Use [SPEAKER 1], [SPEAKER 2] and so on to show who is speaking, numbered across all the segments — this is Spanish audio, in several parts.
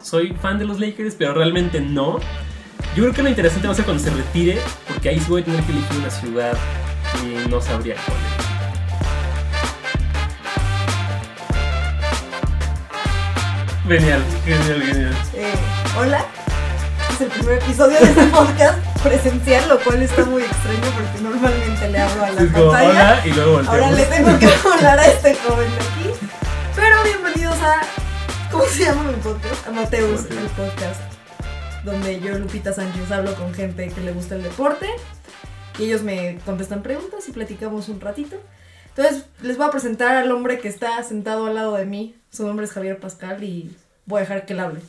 [SPEAKER 1] soy fan de los Lakers, pero realmente no. Yo creo que lo interesante va a ser cuando se retire, porque ahí sí voy a tener que elegir una ciudad y no sabría cuál. Genial, genial, genial.
[SPEAKER 2] Eh, hola, este es el primer episodio de este podcast presencial, lo cual está muy extraño porque normalmente le hablo a la
[SPEAKER 1] Es como
[SPEAKER 2] pantalla.
[SPEAKER 1] hola y luego volteamos.
[SPEAKER 2] Ahora le tengo que hablar a este joven de aquí. Pero bienvenidos a. ¿Cómo se llama mi podcast? Amateus,
[SPEAKER 1] Amateus.
[SPEAKER 2] el podcast. Donde yo, Lupita Sánchez, hablo con gente que le gusta el deporte. Y ellos me contestan preguntas y platicamos un ratito. Entonces, les voy a presentar al hombre que está sentado al lado de mí. Su nombre es Javier Pascal y voy a dejar que él hable.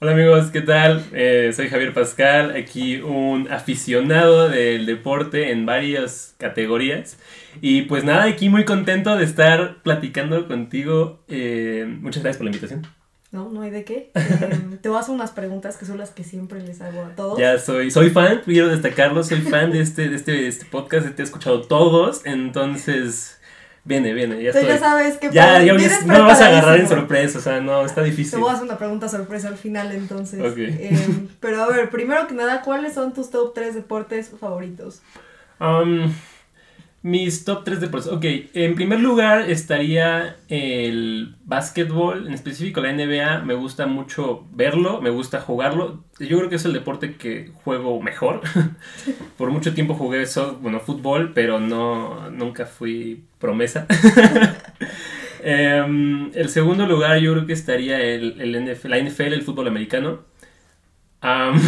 [SPEAKER 1] Hola amigos, ¿qué tal? Eh, soy Javier Pascal, aquí un aficionado del deporte en varias categorías. Y pues nada, aquí muy contento de estar platicando contigo. Eh, muchas gracias por la invitación.
[SPEAKER 2] No, no hay de qué. Eh, te voy a hacer unas preguntas que son las que siempre les hago a todos.
[SPEAKER 1] Ya soy, soy fan, quiero destacarlo, soy fan de este, de este, de este podcast, te he escuchado todos, entonces viene, viene, ya
[SPEAKER 2] Entonces,
[SPEAKER 1] estoy.
[SPEAKER 2] ya sabes que
[SPEAKER 1] Ya,
[SPEAKER 2] pues,
[SPEAKER 1] ya
[SPEAKER 2] vienes
[SPEAKER 1] no me vas a agarrar en
[SPEAKER 2] preparadísimo.
[SPEAKER 1] sorpresa, o sea, no, está
[SPEAKER 2] Te
[SPEAKER 1] difícil.
[SPEAKER 2] voy a hacer una pregunta sorpresa al final, entonces.
[SPEAKER 1] Ok.
[SPEAKER 2] Em, pero a ver, primero que nada, ¿cuáles son tus top 3 deportes favoritos?
[SPEAKER 1] Um, mis top 3 deportes. Ok, en primer lugar estaría el básquetbol, en específico la NBA. Me gusta mucho verlo, me gusta jugarlo. Yo creo que es el deporte que juego mejor. Por mucho tiempo jugué so- bueno, fútbol, pero no, nunca fui promesa. Em, el segundo lugar yo creo que estaría el, el NFL, la NFL, el fútbol americano. Am,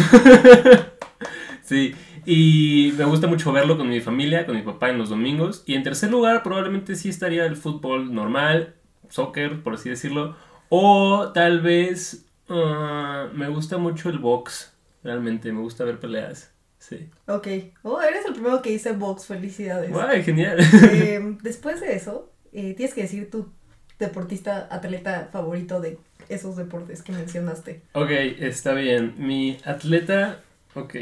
[SPEAKER 1] sí, y me gusta mucho verlo con mi familia, con mi papá en los domingos. Y en tercer lugar probablemente sí estaría el fútbol normal, soccer, por así decirlo. O tal vez ah, me gusta mucho el box, realmente, me gusta ver peleas. Sí.
[SPEAKER 2] Ok. Oh, eres el primero que dice box, felicidades.
[SPEAKER 1] Guay, genial.
[SPEAKER 2] Em, después de eso, eh, tienes que decir tu deportista, atleta favorito de esos deportes que mencionaste.
[SPEAKER 1] Ok, está bien. Mi atleta, ok.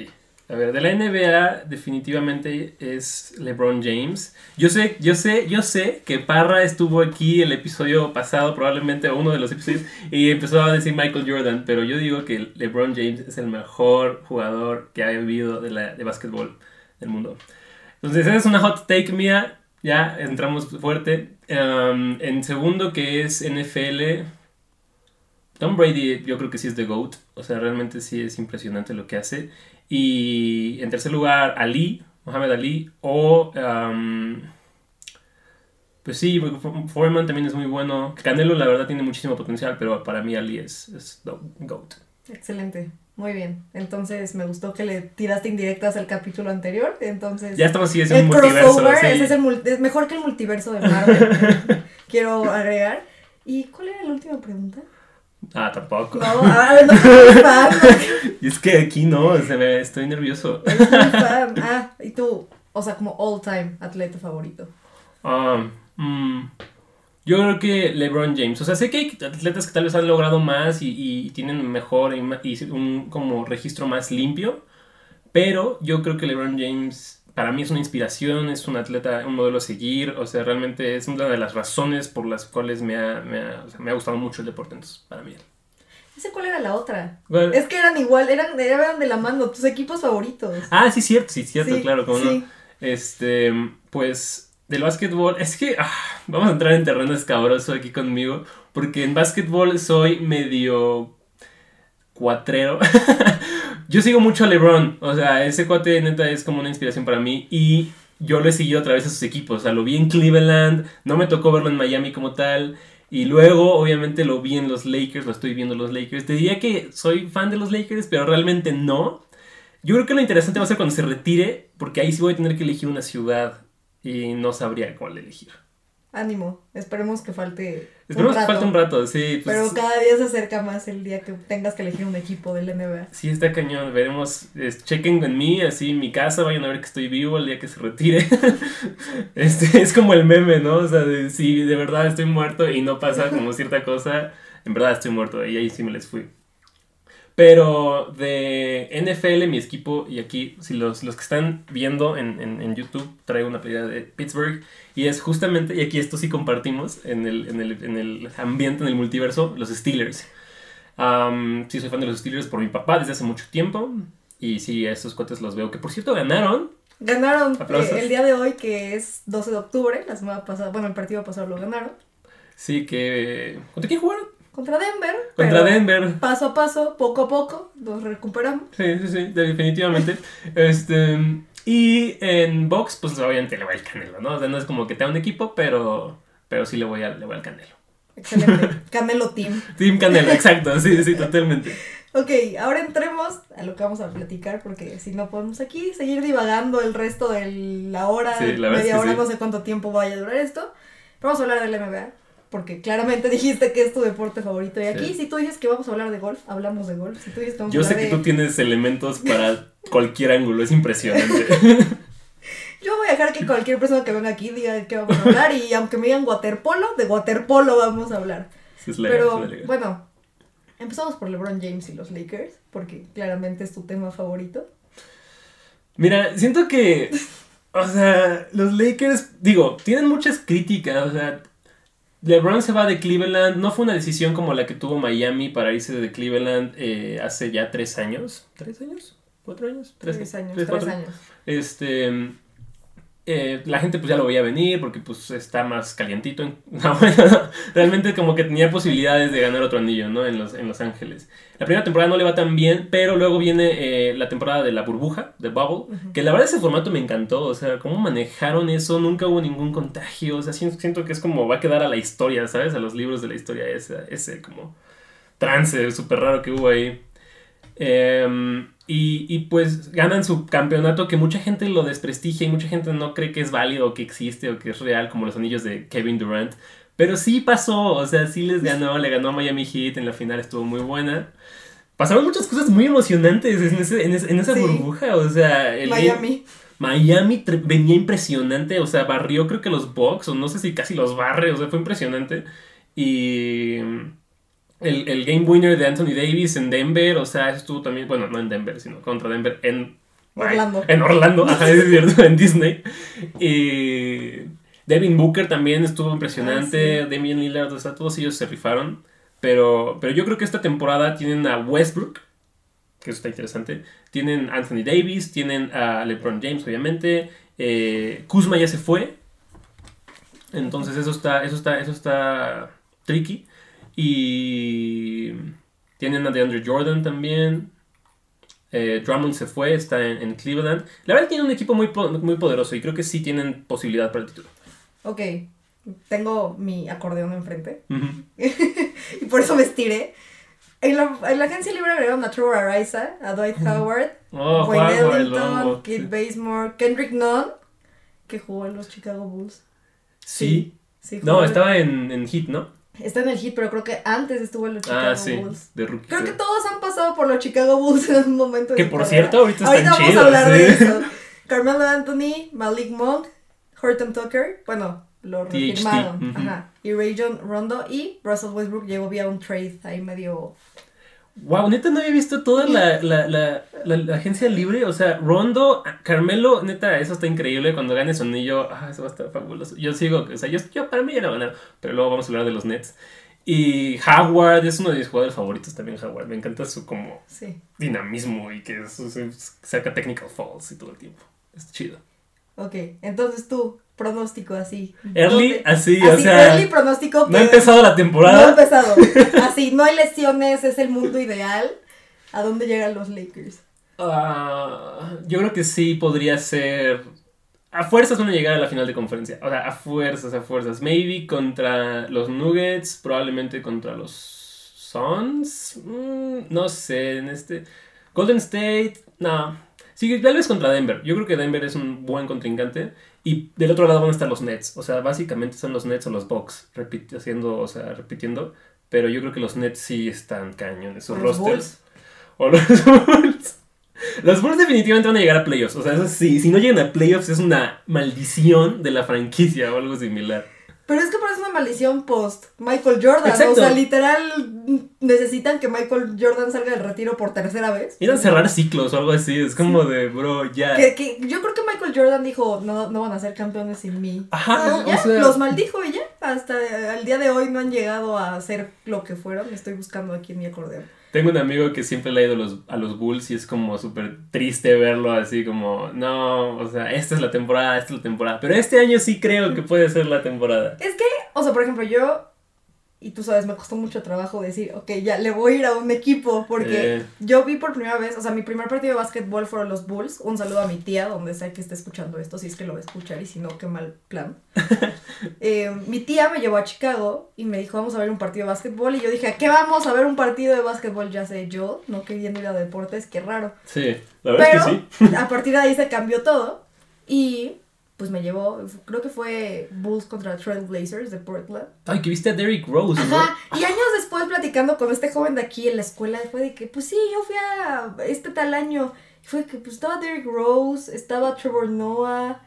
[SPEAKER 1] A ver, de la NBA definitivamente es LeBron James. Yo sé, yo sé, yo sé que Parra estuvo aquí el episodio pasado, probablemente o uno de los episodios, y empezó a decir Michael Jordan, pero yo digo que LeBron James es el mejor jugador que ha vivido de, la, de básquetbol del mundo. Entonces, esa es una hot take mía. Ya entramos fuerte. Em, en segundo, que es NFL, Tom Brady yo creo que sí es The GOAT, o sea, realmente sí es impresionante lo que hace. Y en tercer lugar, Ali, Mohamed Ali, o... um, pues sí, Foreman también es muy bueno. Canelo la verdad tiene muchísimo potencial, pero para mí Ali es, es the GOAT.
[SPEAKER 2] Excelente. Muy bien. Entonces, me gustó que le tiraste indirectas al capítulo anterior. Entonces,
[SPEAKER 1] Ya estamos así, es
[SPEAKER 2] el
[SPEAKER 1] un multiverso.
[SPEAKER 2] crossover
[SPEAKER 1] sí.
[SPEAKER 2] ese es, el mul- es mejor que el multiverso de Marvel. quiero agregar. ¿Y cuál era la última pregunta?
[SPEAKER 1] Ah, tampoco.
[SPEAKER 2] No, a ver, no soy muy fan.
[SPEAKER 1] Y es que aquí no, se me- estoy nervioso.
[SPEAKER 2] No soy muy fan. Ah, y tú, o sea, como all time atleta favorito.
[SPEAKER 1] Ah, mm, yo creo que LeBron James. O sea, sé que hay atletas que tal vez han logrado más y, y tienen mejor y, ma- y un como registro más limpio. Pero yo creo que LeBron James para mí es una inspiración, es un atleta, un modelo a seguir. O sea, realmente es una de las razones por las cuales me ha, me ha- o sea, me ha gustado mucho el deporte. Entonces, para mí.
[SPEAKER 2] No sé cuál era la otra.
[SPEAKER 1] Bueno,
[SPEAKER 2] Es que eran igual, eran, eran de la mano, tus equipos favoritos.
[SPEAKER 1] Ah, sí, cierto, sí, cierto,
[SPEAKER 2] Sí,
[SPEAKER 1] claro, como no.
[SPEAKER 2] sí.
[SPEAKER 1] Este, pues del básquetbol, es que ah, vamos a entrar en terreno escabroso aquí conmigo, porque en básquetbol soy medio cuatrero. yo sigo mucho a LeBron, o sea, ese cuate neta es como una inspiración para mí y yo lo he seguido a través de sus equipos, o sea, lo vi en Cleveland, no me tocó verlo en Miami como tal. Y luego, obviamente, lo vi en los Lakers, lo estoy viendo en los Lakers. Te diría que soy fan de los Lakers, pero realmente no. Yo creo que lo interesante va a ser cuando se retire, porque ahí sí voy a tener que elegir una ciudad y no sabría cuál elegir.
[SPEAKER 2] Ánimo, esperemos que falte.
[SPEAKER 1] Esperemos
[SPEAKER 2] un
[SPEAKER 1] que
[SPEAKER 2] rato,
[SPEAKER 1] falte un rato, sí. Pues,
[SPEAKER 2] Pero cada día se acerca más el día que tengas que elegir un equipo del NBA.
[SPEAKER 1] Sí, está cañón. Veremos. es- chequen en mí, así en mi casa. Vayan a ver que estoy vivo el día que se retire. este Es como el meme, ¿no? O sea, de, si de verdad estoy muerto y no pasa como cierta cosa, en verdad estoy muerto. Y ahí sí me les fui. Pero de NFL, mi equipo, y aquí, si los, los que están viendo en, en- en YouTube, traigo una playera de Pittsburgh. Y es justamente, y aquí esto sí compartimos en el, en el, en el ambiente, en el multiverso, los Steelers. Am, sí, soy fan de los Steelers por mi papá desde hace mucho tiempo. Y sí, a estos cuates los veo. Que por cierto ganaron.
[SPEAKER 2] Ganaron
[SPEAKER 1] Aplausos.
[SPEAKER 2] eh, el día de hoy, que es 12 de octubre, la semana pasada, bueno, el partido pasado lo ganaron,
[SPEAKER 1] Sí, que. ¿Contra quién jugaron?
[SPEAKER 2] contra Denver.
[SPEAKER 1] Contra
[SPEAKER 2] pero
[SPEAKER 1] Denver.
[SPEAKER 2] Paso a paso, poco a poco, nos recuperamos.
[SPEAKER 1] Sí, sí, sí, definitivamente. este, y en box, pues obviamente le voy al Canelo, ¿no? O sea, no es como que tenga un equipo, pero, pero sí le voy, al, le voy al Canelo.
[SPEAKER 2] Excelente. Canelo Team.
[SPEAKER 1] Team Canelo, exacto, sí, sí, totalmente.
[SPEAKER 2] Ok, ahora entremos a lo que vamos a platicar, porque si no podemos aquí seguir divagando el resto de la hora,
[SPEAKER 1] Sí, la verdad es
[SPEAKER 2] media
[SPEAKER 1] que
[SPEAKER 2] hora,
[SPEAKER 1] sí.
[SPEAKER 2] no sé cuánto tiempo vaya a durar esto. Pero vamos a hablar del NBA, porque claramente dijiste que es tu deporte favorito. Y aquí,
[SPEAKER 1] Sí.
[SPEAKER 2] si tú dices que vamos a hablar de golf, hablamos de golf. Si tú dices que vamos
[SPEAKER 1] Yo
[SPEAKER 2] a hablar
[SPEAKER 1] sé que
[SPEAKER 2] de-
[SPEAKER 1] tú tienes elementos para cualquier ángulo, es impresionante.
[SPEAKER 2] Yo voy a dejar que cualquier persona que venga aquí diga de qué vamos a hablar. y aunque me digan waterpolo, de waterpolo vamos a hablar.
[SPEAKER 1] Sí, es legal,
[SPEAKER 2] Pero
[SPEAKER 1] es legal.
[SPEAKER 2] bueno, empezamos por LeBron James y los Lakers, porque claramente es tu tema favorito.
[SPEAKER 1] Mira, siento que, o sea, los Lakers, digo, tienen muchas críticas, o sea, LeBron se va de Cleveland, no fue una decisión como la que tuvo Miami para irse de Cleveland eh, hace ya tres años, tres años, cuatro años,
[SPEAKER 2] Tres, años, tres,
[SPEAKER 1] cuatro.
[SPEAKER 2] años.
[SPEAKER 1] Este, eh, la gente pues ya lo veía venir porque pues está más calientito. en- No, bueno, realmente como que tenía posibilidades de ganar otro anillo, ¿no? En Los, en los Ángeles. La primera temporada no le va tan bien, pero luego viene eh, la temporada de la burbuja, de Bubble, que la verdad ese formato me encantó, o sea, cómo manejaron eso, nunca hubo ningún contagio, o sea, siento, siento que es como va a quedar a la historia, ¿sabes? A los libros de la historia, ese, ese como trance súper raro que hubo ahí. Em, y, y, pues ganan su campeonato que mucha gente lo desprestigia y mucha gente no cree que es válido o que existe o que es real, como los anillos de Kevin Durant. Pero sí pasó, o sea, sí les ganó, le ganó a Miami Heat, en la final estuvo muy buena. Pasaron muchas cosas muy emocionantes en, ese- en ese- en esa
[SPEAKER 2] Sí.
[SPEAKER 1] burbuja, o sea... el-
[SPEAKER 2] Miami.
[SPEAKER 1] Miami tre- venía impresionante, o sea, barrió creo que los Bucks, o no sé si casi los barre, o sea, fue impresionante. Y mm, el, el game winner de Anthony Davis en Denver, o sea, eso estuvo también, bueno, no en Denver, sino contra Denver en
[SPEAKER 2] Orlando.
[SPEAKER 1] En Orlando, ajá, es cierto, en Disney. Y Devin Booker también estuvo impresionante,
[SPEAKER 2] Ah,
[SPEAKER 1] Damian Lillard, o sea, todos ellos se rifaron. Pero, pero yo creo que esta temporada tienen a Westbrook, que eso está interesante. Tienen a Anthony Davis, tienen a LeBron James, obviamente. eh, Kuzma ya se fue. Entonces eso está, eso está, eso está tricky. Y tienen a DeAndre Jordan también. Eh, Drummond se fue, está en, en Cleveland. La verdad tienen un equipo muy, po- muy poderoso y creo que sí tienen posibilidad para el título.
[SPEAKER 2] Ok, tengo mi acordeón enfrente
[SPEAKER 1] Ujú.
[SPEAKER 2] y por eso me estiré. En la, en la agencia libre agregaron a Trevor Ariza, a Dwight Howard,
[SPEAKER 1] Oh,
[SPEAKER 2] Wayne
[SPEAKER 1] Juan
[SPEAKER 2] Ellington,
[SPEAKER 1] Guardiola.
[SPEAKER 2] Kid Basemore, Kendrick Nunn, que jugó en los Chicago Bulls.
[SPEAKER 1] Sí.
[SPEAKER 2] Sí, jugó
[SPEAKER 1] No,
[SPEAKER 2] en-
[SPEAKER 1] estaba en, en Hit, ¿no?
[SPEAKER 2] está en el hit, pero creo que antes estuvo en los Chicago
[SPEAKER 1] ah, sí.
[SPEAKER 2] Bulls.
[SPEAKER 1] De rookie.
[SPEAKER 2] Creo que todos han pasado por los Chicago Bulls en un momento. de
[SPEAKER 1] Que
[SPEAKER 2] su
[SPEAKER 1] por
[SPEAKER 2] carrera.
[SPEAKER 1] cierto, ahorita están
[SPEAKER 2] vamos
[SPEAKER 1] chidos, ¿eh?
[SPEAKER 2] a hablar de
[SPEAKER 1] ¿sí?
[SPEAKER 2] eso. Carmelo Anthony, Malik Monk, Horton Tucker, bueno, lo
[SPEAKER 1] THT,
[SPEAKER 2] refirmaron.
[SPEAKER 1] ujú.
[SPEAKER 2] Ajá. Y Ray John Rondo y Russell Westbrook llegó vía un trade ahí medio.
[SPEAKER 1] Wow, neta no había visto toda la, la, la, la- la agencia libre. O sea, Rondo, Carmelo, neta, eso está increíble. Cuando gane su anillo, ah, eso va a estar fabuloso. Yo sigo, o sea, yo, yo para mí ya lo ganar. Pero luego vamos a hablar de los Nets. Y Howard es uno de mis jugadores favoritos también, Howard. Me encanta su como
[SPEAKER 2] Sí.
[SPEAKER 1] dinamismo y que es- es- es- saca technical falls y todo el tiempo. Es chido.
[SPEAKER 2] Ok, entonces tú, pronóstico así.
[SPEAKER 1] Early,
[SPEAKER 2] ¿Dónde-
[SPEAKER 1] así, o
[SPEAKER 2] así,
[SPEAKER 1] sea,
[SPEAKER 2] early pronóstico.
[SPEAKER 1] no ha
[SPEAKER 2] que-
[SPEAKER 1] empezado la
[SPEAKER 2] no ha
[SPEAKER 1] temporada.
[SPEAKER 2] empezado. Así, no hay lesiones, es el mundo ideal. ¿A dónde llegan los Lakers?
[SPEAKER 1] Ah, yo creo que sí podría ser. A fuerzas van a llegar a la final de conferencia. O sea, a fuerzas, a fuerzas. Maybe contra los Nuggets, probablemente contra los Suns. Mm, no sé, en este. Golden State, no. Sí, tal vez contra Denver. Yo creo que Denver es un buen contrincante. Y del otro lado van a estar los Nets. O sea, básicamente son los Nets o los Bucks. repit- haciendo, o sea, repitiendo. Pero yo creo que los Nets sí están cañones. Sus
[SPEAKER 2] Los
[SPEAKER 1] rosters. O los Bulls. Los Bulls definitivamente van a llegar a playoffs. O sea, eso sí. Si no llegan a playoffs es una maldición de la franquicia o algo similar.
[SPEAKER 2] Pero es que parece una maldición post Michael Jordan.
[SPEAKER 1] Exacto.
[SPEAKER 2] O sea, literal mm, necesitan que Michael Jordan salga del retiro por tercera vez.
[SPEAKER 1] Ir a cerrar ciclos o algo así. Es como de, bro, ya.
[SPEAKER 2] Que, que yo creo que Michael Jordan dijo, no, no van a ser campeones sin mí.
[SPEAKER 1] Ajá,
[SPEAKER 2] Y ya,
[SPEAKER 1] o sea-
[SPEAKER 2] los maldijo y ya. hasta el día de hoy no han llegado a ser lo que fueron. Estoy buscando aquí en mi acordeón.
[SPEAKER 1] Tengo un amigo que siempre le ha ido los- a los Bulls y es como súper triste verlo así como, no, o sea, esta es la temporada, esta es la temporada. Pero este año sí creo que puede ser la temporada.
[SPEAKER 2] Es que, o sea, por ejemplo, yo, y tú sabes, me costó mucho trabajo decir, ok, ya le voy a ir a un equipo, porque
[SPEAKER 1] Eh.
[SPEAKER 2] yo vi por primera vez, o sea, mi primer partido de básquetbol fueron los Bulls. Un saludo a mi tía, donde sea que esté escuchando esto, si es que lo va a escuchar, y si no, qué mal plan. Eh, mi tía me llevó a Chicago y me dijo, vamos a ver un partido de básquetbol, y yo dije, ¿a qué vamos a ver un partido de básquetbol? Ya sé, yo, no queriendo ir a deportes, qué raro.
[SPEAKER 1] Sí, la verdad
[SPEAKER 2] Pero
[SPEAKER 1] es que sí.
[SPEAKER 2] a partir de ahí se cambió todo y pues me llevó, creo que fue Bulls contra Trailblazers de Portland.
[SPEAKER 1] Ay, que viste a Derrick Rose, ¿no?
[SPEAKER 2] Ajá, Ah, y años después platicando con este joven de aquí en la escuela fue de que pues sí, yo fui a este tal año. Y fue que pues estaba Derrick Rose, estaba Trevor Noah.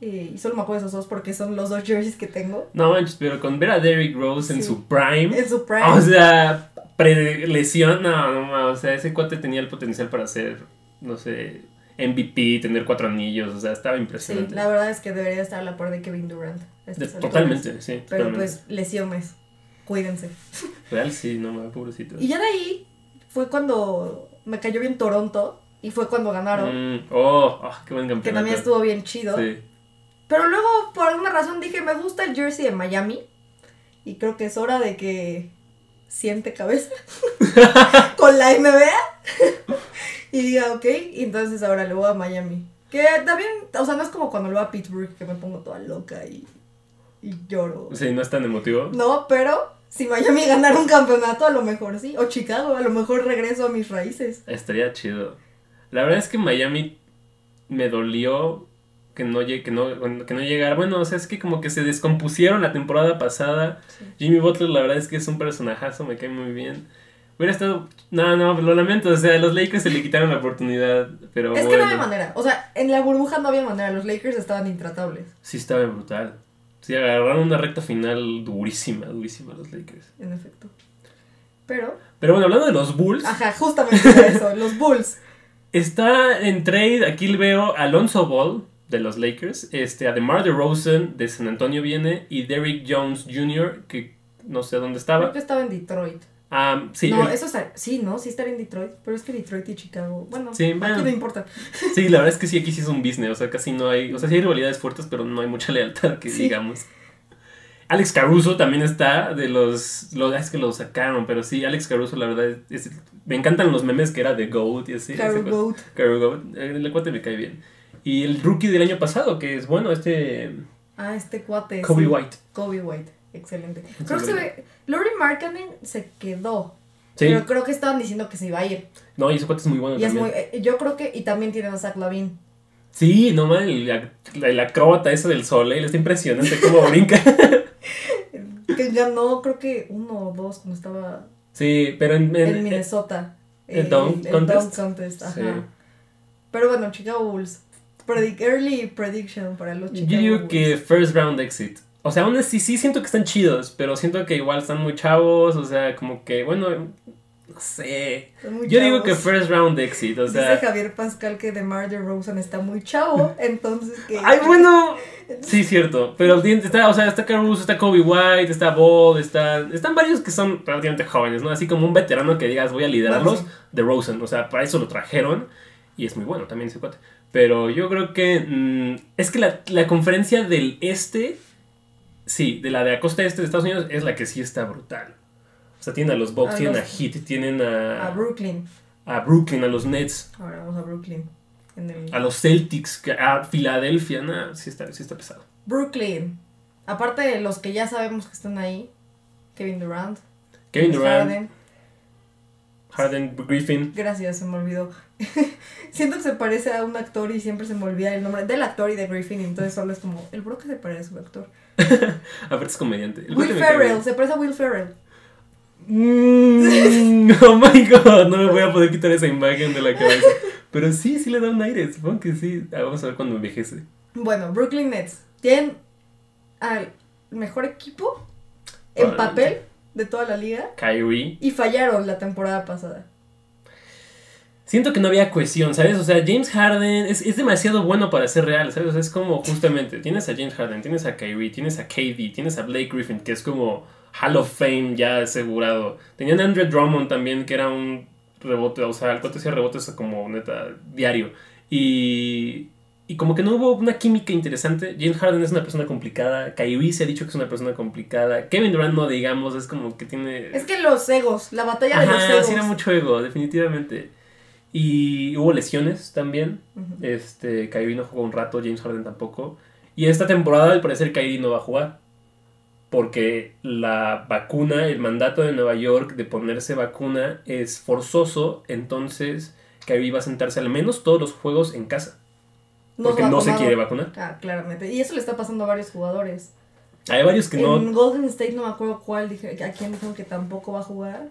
[SPEAKER 2] eh, y solo me acuerdo de esos dos porque son los dos jerseys que tengo.
[SPEAKER 1] No manches, pero con ver a Derrick Rose en
[SPEAKER 2] Sí.
[SPEAKER 1] su prime,
[SPEAKER 2] En su prime.
[SPEAKER 1] o sea, pre-lesión, no, no, no, o sea, ese cuate tenía el potencial para ser, no sé, MVP, tener cuatro anillos, o sea, estaba
[SPEAKER 2] sí,
[SPEAKER 1] impresionante.
[SPEAKER 2] la verdad es que debería estar a la par de Kevin Durant. a
[SPEAKER 1] De-
[SPEAKER 2] estas alturas.
[SPEAKER 1] totalmente, sí,
[SPEAKER 2] Pero
[SPEAKER 1] totalmente.
[SPEAKER 2] pues lesiones. Cuídense.
[SPEAKER 1] Real, sí, no, mames, pobrecito.
[SPEAKER 2] Y ya de ahí fue cuando me cayó bien Toronto y fue cuando ganaron,
[SPEAKER 1] Mm, oh, oh, qué buen campeonato.
[SPEAKER 2] que también estuvo bien chido.
[SPEAKER 1] Sí.
[SPEAKER 2] Pero luego por alguna razón dije, me gusta el jersey de Miami y creo que es hora de que siente cabeza con la NBA y diga, ok, y entonces ahora le voy a Miami. Que también, o sea, no es como cuando le voy a Pittsburgh que me pongo toda loca y, y lloro.
[SPEAKER 1] Sí, no es tan emotivo.
[SPEAKER 2] No, pero si Miami ganara un campeonato, a lo mejor sí. O Chicago, a lo mejor regreso a mis raíces.
[SPEAKER 1] Estaría chido. La verdad es que Miami me dolió que no, llegue, que, no, que no llegara. Bueno, o sea, es que como que se descompusieron la temporada pasada. Jimmy Butler, la verdad es que es un personajazo, me cae muy bien. Hubiera estado... No, no, lo lamento. O sea, los Lakers se le quitaron la oportunidad, pero
[SPEAKER 2] Es que no
[SPEAKER 1] bueno.
[SPEAKER 2] había manera. O sea, en la burbuja no había manera. Los Lakers estaban intratables.
[SPEAKER 1] sí estaba brutal. Sí, agarraron una recta final durísima, durísima los Lakers.
[SPEAKER 2] En efecto. Pero,
[SPEAKER 1] Pero bueno, hablando de los Bulls...
[SPEAKER 2] ajá, justamente por eso. los Bulls.
[SPEAKER 1] Está en trade, aquí le veo a Alonso Ball de los Lakers, este, a DeMar DeRozan de San Antonio viene y Derrick Jones Jr., que no sé dónde
[SPEAKER 2] Creo
[SPEAKER 1] estaba.
[SPEAKER 2] que estaba en Detroit.
[SPEAKER 1] Ah, sí,
[SPEAKER 2] no,
[SPEAKER 1] el-
[SPEAKER 2] eso está. Sí, ¿no? Sí estaría en Detroit. Pero es que Detroit y Chicago. Bueno,
[SPEAKER 1] Sí, bueno.
[SPEAKER 2] aquí no importa.
[SPEAKER 1] sí, la verdad es que sí, aquí sí es un business, o sea, casi no hay, o sea, sí hay rivalidades fuertes, pero no hay mucha lealtad que
[SPEAKER 2] Sí.
[SPEAKER 1] digamos. Alex Caruso también está de los, los es que lo sacaron, pero sí, Alex Caruso la verdad es, es- me encantan los memes que era de Goat y así.
[SPEAKER 2] Carol
[SPEAKER 1] ese cuate.
[SPEAKER 2] Goat.
[SPEAKER 1] Caruso Goat, eh, el cuate me cae bien. Y el rookie del año pasado, que es bueno, este
[SPEAKER 2] Ah, este cuate.
[SPEAKER 1] Kobe
[SPEAKER 2] sí.
[SPEAKER 1] White.
[SPEAKER 2] Kobe White. Excelente. Creo que se ve. Lori Markkanen se quedó.
[SPEAKER 1] Sí.
[SPEAKER 2] Pero creo que estaban diciendo que se iba a ir.
[SPEAKER 1] No, y ese cuate es muy bueno
[SPEAKER 2] Y es
[SPEAKER 1] también.
[SPEAKER 2] muy. eh, Yo creo que. Y también tienen a Zach Lavin.
[SPEAKER 1] Sí, no mames, el, ac- el acróbata ese del sol, él está impresionante cómo brinca.
[SPEAKER 2] Que ganó, creo que uno o dos cuando estaba
[SPEAKER 1] Sí, pero en... en- eh,
[SPEAKER 2] en Minnesota.
[SPEAKER 1] el dunk contest.
[SPEAKER 2] dunk contest, ajá.
[SPEAKER 1] sí.
[SPEAKER 2] Pero bueno, Chicago Bulls. Predic- early prediction para los Chicago
[SPEAKER 1] Yo digo
[SPEAKER 2] Bulls.
[SPEAKER 1] que first round exit. O sea, aún así sí siento que están chidos, pero siento que igual están muy chavos, o sea, como que, bueno, no sé.
[SPEAKER 2] Están muy
[SPEAKER 1] Yo digo
[SPEAKER 2] chavos.
[SPEAKER 1] que first round exit, o
[SPEAKER 2] Dice
[SPEAKER 1] sea...
[SPEAKER 2] Javier Pascal que DeMar DeRozan está muy chavo, entonces que...
[SPEAKER 1] Ay, bueno. Sí, cierto. Pero tiene- está, o sea, está Caruso, está Kobe White, está Ball, está, están varios que son relativamente jóvenes, ¿no? Así como un veterano que digas, voy a liderarlos, de Rosen. O sea, para eso lo trajeron. Y es muy bueno también ese cuate. Pero yo creo que. mm, es que la, la conferencia del este. Sí, de la de la costa este de Estados Unidos es la que sí está brutal. O sea, tienen a los Bucks,
[SPEAKER 2] A
[SPEAKER 1] tienen
[SPEAKER 2] los-
[SPEAKER 1] a Heat, tienen a,
[SPEAKER 2] A Brooklyn.
[SPEAKER 1] a Brooklyn, a los Nets,
[SPEAKER 2] Ahora vamos a Brooklyn. En el...
[SPEAKER 1] a los Celtics, que- a Filadelfia. Nah, sí está, sí está pesado.
[SPEAKER 2] Brooklyn. Aparte de los que ya sabemos que están ahí. Kevin Durant.
[SPEAKER 1] Kevin Durant,
[SPEAKER 2] Harden.
[SPEAKER 1] Harden, Griffin.
[SPEAKER 2] Gracias, se me olvidó. Siento que se parece a un actor y siempre se me olvida el nombre del actor y de Griffin, entonces solo es como, el bro que se parece a un actor.
[SPEAKER 1] Aparte Ah, es comediante. El
[SPEAKER 2] Will
[SPEAKER 1] cuate me cae
[SPEAKER 2] Ferrell, se parece a Will Ferrell.
[SPEAKER 1] bien. Mm, oh my god, no me voy a poder quitar esa imagen de la cabeza. Pero sí, sí le da un aire, supongo que sí. Ah, vamos a ver cuando envejece.
[SPEAKER 2] Bueno, Brooklyn Nets. Tienen al mejor equipo en
[SPEAKER 1] Probablemente.
[SPEAKER 2] papel de toda la liga
[SPEAKER 1] Kyrie.
[SPEAKER 2] y fallaron la temporada pasada.
[SPEAKER 1] Siento que no había cohesión, ¿sabes? O sea, James Harden es, es demasiado bueno para ser real, ¿sabes? O sea, es como justamente, tienes a James Harden, tienes a Kyrie, tienes a KD, tienes a Blake Griffin, que es como Hall of Fame ya asegurado. Tenían a Andre Drummond también, que era un rebote, o sea, el cuate hacía rebotes como neta diario. Y, y como que no hubo una química interesante. James Harden es una persona complicada, Kyrie se ha dicho que es una persona complicada, Kevin Durant no, digamos, es como que tiene...
[SPEAKER 2] Es que los egos, la batalla de los
[SPEAKER 1] Ajá,
[SPEAKER 2] egos.
[SPEAKER 1] sí era mucho ego, definitivamente. Y hubo lesiones también.
[SPEAKER 2] Ujú.
[SPEAKER 1] Este, Kyrie no jugó un rato, James Harden tampoco. Y esta temporada, al parecer, Kyrie no va a jugar. Porque la vacuna, el mandato de Nueva York de ponerse vacuna es forzoso. Entonces, Kyrie va a sentarse al menos todos los juegos en casa. Porque no se
[SPEAKER 2] vacunaron.
[SPEAKER 1] quiere vacunar.
[SPEAKER 2] Ah, claramente. Y eso le está pasando a varios jugadores.
[SPEAKER 1] Hay varios que no.
[SPEAKER 2] En Golden State no me acuerdo cuál, dije, a quién dijeron que tampoco va a jugar.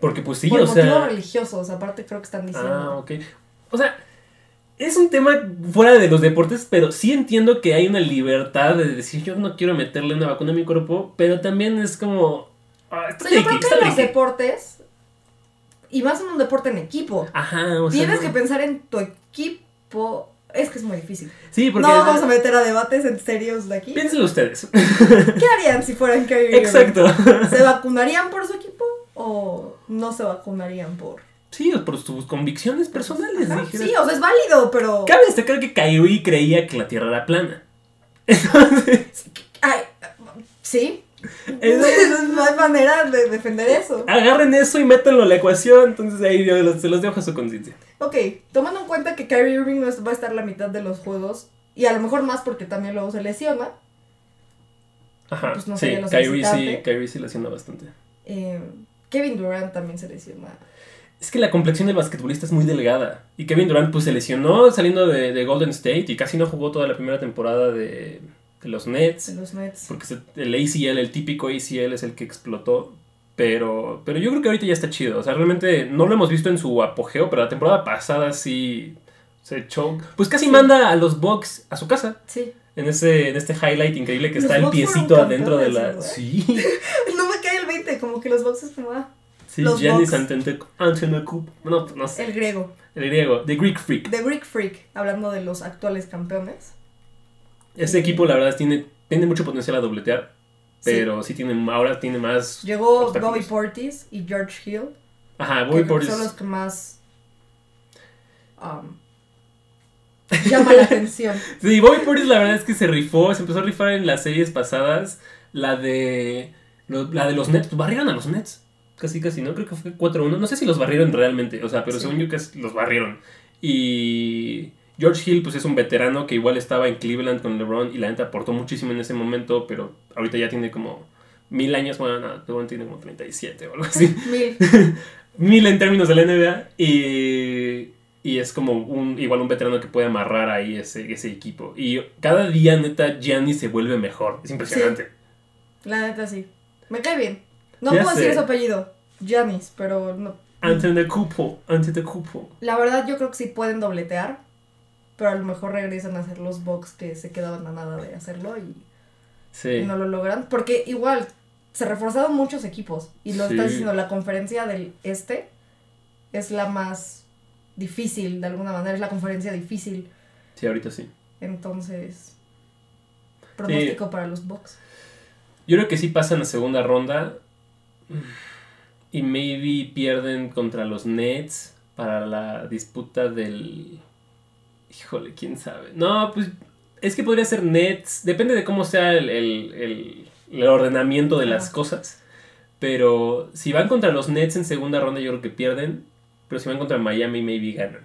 [SPEAKER 1] Porque, pues sí,
[SPEAKER 2] Por
[SPEAKER 1] o
[SPEAKER 2] motivos
[SPEAKER 1] sea.
[SPEAKER 2] religiosos, aparte creo que están
[SPEAKER 1] Ah,
[SPEAKER 2] diciendo.
[SPEAKER 1] ok. O sea, es un tema fuera de los deportes, pero sí entiendo que hay una libertad de decir yo no quiero meterle una vacuna a mi cuerpo, pero también es como... ah,
[SPEAKER 2] O
[SPEAKER 1] está
[SPEAKER 2] sea,
[SPEAKER 1] tricky,
[SPEAKER 2] yo creo que
[SPEAKER 1] está
[SPEAKER 2] en los
[SPEAKER 1] tricky.
[SPEAKER 2] deportes, y más en un deporte en equipo,
[SPEAKER 1] Ajá, o sea,
[SPEAKER 2] tienes
[SPEAKER 1] no-
[SPEAKER 2] que pensar en tu equipo. Es que es muy difícil.
[SPEAKER 1] Sí, porque...
[SPEAKER 2] No vamos a meter a debates en serios de aquí.
[SPEAKER 1] Piénsenlo ustedes.
[SPEAKER 2] ¿Qué harían si fueran Kyrie Irving?
[SPEAKER 1] Exacto.
[SPEAKER 2] ¿Se vacunarían por su equipo o no se vacunarían por...?
[SPEAKER 1] Sí, por sus convicciones personales.
[SPEAKER 2] Ajá,
[SPEAKER 1] dijeras.
[SPEAKER 2] Sí, o sea, es válido, pero...
[SPEAKER 1] Cabe destacar que Kyrie creía que la Tierra era plana.
[SPEAKER 2] Ay, sí.
[SPEAKER 1] Es-
[SPEAKER 2] no hay manera de defender eso.
[SPEAKER 1] Agarren eso y métanlo a la ecuación, entonces ahí yo los- se los dejo a su conciencia.
[SPEAKER 2] Ok, tomando en cuenta que Kyrie Irving no es- va a estar la mitad de los juegos, y a lo mejor más porque también luego se lesiona,
[SPEAKER 1] Ajá,
[SPEAKER 2] Pues no
[SPEAKER 1] sí,
[SPEAKER 2] sería lo
[SPEAKER 1] Kyrie sí,
[SPEAKER 2] solicitante.
[SPEAKER 1] Kyrie sí la haciendo bastante.
[SPEAKER 2] eh, Kevin Durant también se lesiona.
[SPEAKER 1] Es que la complexión del basquetbolista es muy delgada. Y Kevin Durant pues se lesionó saliendo de, de Golden State y casi no jugó toda la primera temporada de, de los
[SPEAKER 2] en
[SPEAKER 1] Nets.
[SPEAKER 2] los Nets.
[SPEAKER 1] Porque se- el ACL, el típico ACL es el que explotó. Pero, pero yo creo que ahorita ya está chido. O sea, realmente no lo hemos visto en su apogeo, pero la temporada pasada sí se echó. Pues casi
[SPEAKER 2] Sí.
[SPEAKER 1] manda a los Bucks a su casa.
[SPEAKER 2] Sí.
[SPEAKER 1] En, ese, en este highlight increíble que
[SPEAKER 2] Los
[SPEAKER 1] está el
[SPEAKER 2] Bucks fueron
[SPEAKER 1] piecito adentro de la...
[SPEAKER 2] campeones,
[SPEAKER 1] Sí,
[SPEAKER 2] No me cae el 20, como que los boxes como, ah,
[SPEAKER 1] sí,
[SPEAKER 2] Los
[SPEAKER 1] Giannis
[SPEAKER 2] Bucks.
[SPEAKER 1] Antetokounmpo. Antetokounmpo. No, no sé.
[SPEAKER 2] el griego.
[SPEAKER 1] El griego, The Greek Freak.
[SPEAKER 2] The Greek Freak, hablando de los actuales campeones.
[SPEAKER 1] Este equipo, la verdad, tiene, tiene mucho potencial a dobletear.
[SPEAKER 2] Sí.
[SPEAKER 1] Pero sí, tiene, ahora tiene más.
[SPEAKER 2] Llegó
[SPEAKER 1] Obstáculos.
[SPEAKER 2] Bobby Portis y George Hill,
[SPEAKER 1] Ajá,
[SPEAKER 2] que
[SPEAKER 1] voy por.
[SPEAKER 2] son los que más um, llaman la atención.
[SPEAKER 1] Sí, Bobby Portis la verdad es que se rifó, se empezó a rifar en las series pasadas. La de. lo- la de los Nets. Barrieron a los Nets. Casi, casi, ¿no? Creo que fue 4-1. No sé si los barrieron realmente. O sea, pero
[SPEAKER 2] Sí.
[SPEAKER 1] según yo que es- los barrieron. Y. George Hill, pues es un veterano que igual estaba en Cleveland con LeBron y la neta aportó muchísimo en ese momento, pero ahorita ya tiene como mil años, bueno, no, LeBron tiene como 37 o algo así.
[SPEAKER 2] Mil.
[SPEAKER 1] mil en términos de la NBA y, y es como un igual un veterano que puede amarrar ahí ese, ese equipo. Y cada día, neta, Gianni se vuelve mejor. Es impresionante.
[SPEAKER 2] La neta sí. Me cae bien. No
[SPEAKER 1] Ya
[SPEAKER 2] puedo
[SPEAKER 1] sé.
[SPEAKER 2] decir su apellido, Janis, pero no.
[SPEAKER 1] Ante de cupo, ante de cupo.
[SPEAKER 2] La verdad yo creo que sí pueden dobletear, pero a lo mejor regresan a hacer los box que se quedaban a nada de hacerlo y
[SPEAKER 1] Sí.
[SPEAKER 2] no lo logran. Porque igual, se reforzaron muchos equipos. Y lo
[SPEAKER 1] Sí.
[SPEAKER 2] estás diciendo, la conferencia del este es la más difícil, de alguna manera, es la conferencia difícil.
[SPEAKER 1] Sí, ahorita sí.
[SPEAKER 2] Entonces, pronóstico para los box.
[SPEAKER 1] Yo creo que sí pasan la segunda ronda y maybe pierden contra los Nets para la disputa del... Híjole, quién sabe. No, pues es que podría ser Nets, depende de cómo sea el, el- el- el ordenamiento de las
[SPEAKER 2] Ajá.
[SPEAKER 1] cosas. Pero si van contra los Nets en segunda ronda yo creo que pierden, pero si van contra Miami maybe ganan.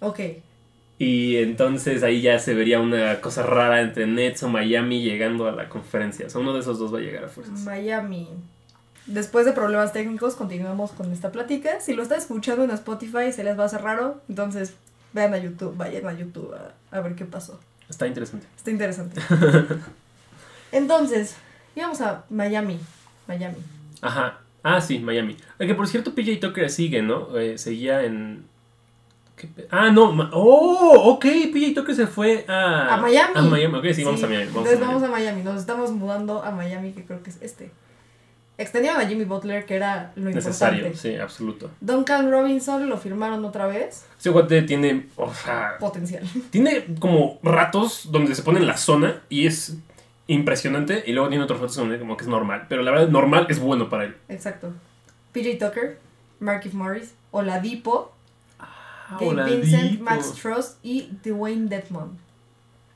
[SPEAKER 2] Ok,
[SPEAKER 1] Y entonces ahí ya se vería una cosa rara entre Nets o Miami llegando a la conferencia. O sea, uno de esos dos va a llegar a fuerzas.
[SPEAKER 2] Miami. Después de problemas técnicos, continuamos con esta plática. Si lo están escuchando en Spotify, se les va a hacer raro. Entonces, vean a YouTube, vayan a YouTube a- a ver qué pasó.
[SPEAKER 1] Está interesante.
[SPEAKER 2] Está interesante. Entonces, íbamos a Miami. Miami.
[SPEAKER 1] Ajá. Ah, sí, Miami. Aunque por cierto, PJ Tucker sigue, ¿no? Eh, seguía en. ¿Qué pe- Ah, no. ma- Oh, ok. PJ Tucker se fue a.
[SPEAKER 2] A Miami.
[SPEAKER 1] A Miami. Ok, sí, vamos a Miami. Vamos
[SPEAKER 2] Entonces
[SPEAKER 1] a Miami.
[SPEAKER 2] vamos a Miami. Nos estamos mudando a Miami, que creo que es este. extendieron a Jimmy Butler, que era lo
[SPEAKER 1] Necesario,
[SPEAKER 2] importante.
[SPEAKER 1] sí, absoluto.
[SPEAKER 2] Duncan Robinson lo firmaron otra vez.
[SPEAKER 1] Este guate tiene, o sea,
[SPEAKER 2] Potencial.
[SPEAKER 1] tiene como ratos donde se pone en la zona y es impresionante. Y luego tiene otros ratos donde como que es normal. Pero la verdad, normal es bueno para él.
[SPEAKER 2] Exacto. PJ Tucker, Markif Morris, Oladipo, Gabe
[SPEAKER 1] Hola,
[SPEAKER 2] Vincent,
[SPEAKER 1] Dipo.
[SPEAKER 2] Max Trost y Dwayne Dedmon.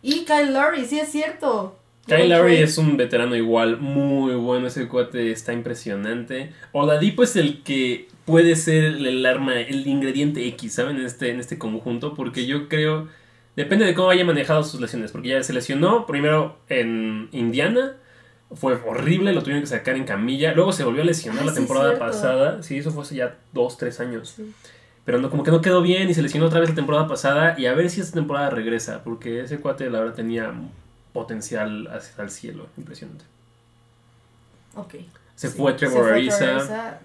[SPEAKER 2] Y Kyle Lowry, sí es cierto.
[SPEAKER 1] Kyle
[SPEAKER 2] Dwayne
[SPEAKER 1] Lowry
[SPEAKER 2] Wade.
[SPEAKER 1] es un veterano igual, muy bueno, ese cuate está impresionante. Oladipo es el que puede ser el arma, el ingrediente X, ¿saben? En este, en este conjunto, porque yo creo, depende de cómo haya manejado sus lesiones, porque ya se lesionó primero en Indiana, fue horrible, lo tuvieron que sacar en camilla, luego se volvió a lesionar
[SPEAKER 2] Ah,
[SPEAKER 1] la
[SPEAKER 2] sí,
[SPEAKER 1] temporada
[SPEAKER 2] cierto.
[SPEAKER 1] pasada, sí, eso fue hace ya dos, tres años
[SPEAKER 2] Sí.
[SPEAKER 1] pero no, como que no quedó bien y se lesionó otra vez la temporada pasada y a ver si esta temporada regresa, porque ese cuate la verdad tenía potencial hacia el cielo, impresionante.
[SPEAKER 2] Ok.
[SPEAKER 1] Se
[SPEAKER 2] sí.
[SPEAKER 1] fue Trevor
[SPEAKER 2] Trevor
[SPEAKER 1] Ariza.
[SPEAKER 2] Ariza,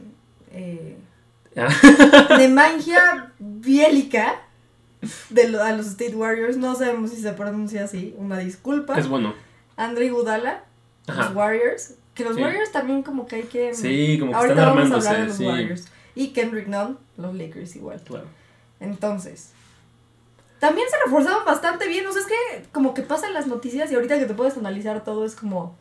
[SPEAKER 2] eh,
[SPEAKER 1] Ah,
[SPEAKER 2] Nemangia Bielica de lo- a los State Warriors. No sabemos si se pronuncia así. Una disculpa.
[SPEAKER 1] es bueno.
[SPEAKER 2] Andre Gudala, los
[SPEAKER 1] Ajá.
[SPEAKER 2] Warriors. Que los
[SPEAKER 1] Sí.
[SPEAKER 2] Warriors también como que hay que...
[SPEAKER 1] Sí, como que
[SPEAKER 2] Ahorita
[SPEAKER 1] están
[SPEAKER 2] vamos a hablar de
[SPEAKER 1] armándose,
[SPEAKER 2] los
[SPEAKER 1] sí.
[SPEAKER 2] Warriors. Y Kendrick Nunn, los Lakers igual.
[SPEAKER 1] Claro.
[SPEAKER 2] Entonces. También se reforzaron bastante bien. O sea, es que como que pasan las noticias y ahorita que te puedes analizar todo es como,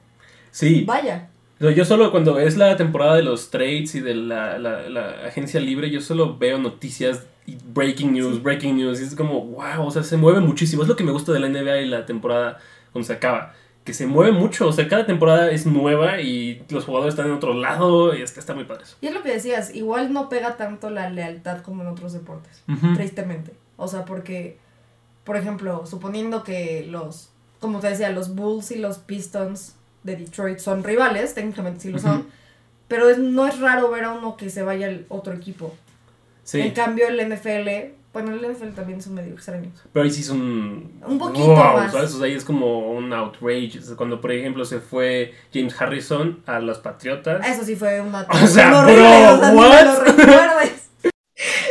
[SPEAKER 1] Sí,
[SPEAKER 2] vaya.
[SPEAKER 1] No, yo solo cuando es la temporada de los trades y de la, la- la agencia libre, yo solo veo noticias y breaking news,
[SPEAKER 2] Sí.
[SPEAKER 1] breaking news. Y es como, wow, o sea, se mueve muchísimo. Es lo que me gusta de la NBA y la temporada cuando se acaba. Que se mueve mucho, o sea, cada temporada es nueva y los jugadores están en otro lado y está, está muy padre eso.
[SPEAKER 2] Y es lo que decías, igual no pega tanto la lealtad como en otros deportes.
[SPEAKER 1] Mm.
[SPEAKER 2] Tristemente. O sea, porque, por ejemplo, suponiendo que los, como te decía, los Bulls y los Pistons de Detroit son rivales, técnicamente sí lo son.
[SPEAKER 1] Ujú.
[SPEAKER 2] Pero es- no es raro ver a uno que se vaya al otro equipo. En
[SPEAKER 1] Sí,
[SPEAKER 2] cambio, el NFL, bueno, el NFL también son medio extraños.
[SPEAKER 1] pero ahí sí es un...
[SPEAKER 2] Un poquito más.
[SPEAKER 1] ¿sabes? O sea, ahí es como un outrage. O sea, cuando, por ejemplo, se fue James Harrison a los Patriotas.
[SPEAKER 2] Eso sí fue una.
[SPEAKER 1] O sea,
[SPEAKER 2] un
[SPEAKER 1] bro,
[SPEAKER 2] ni me
[SPEAKER 1] what?
[SPEAKER 2] lo recuerdes.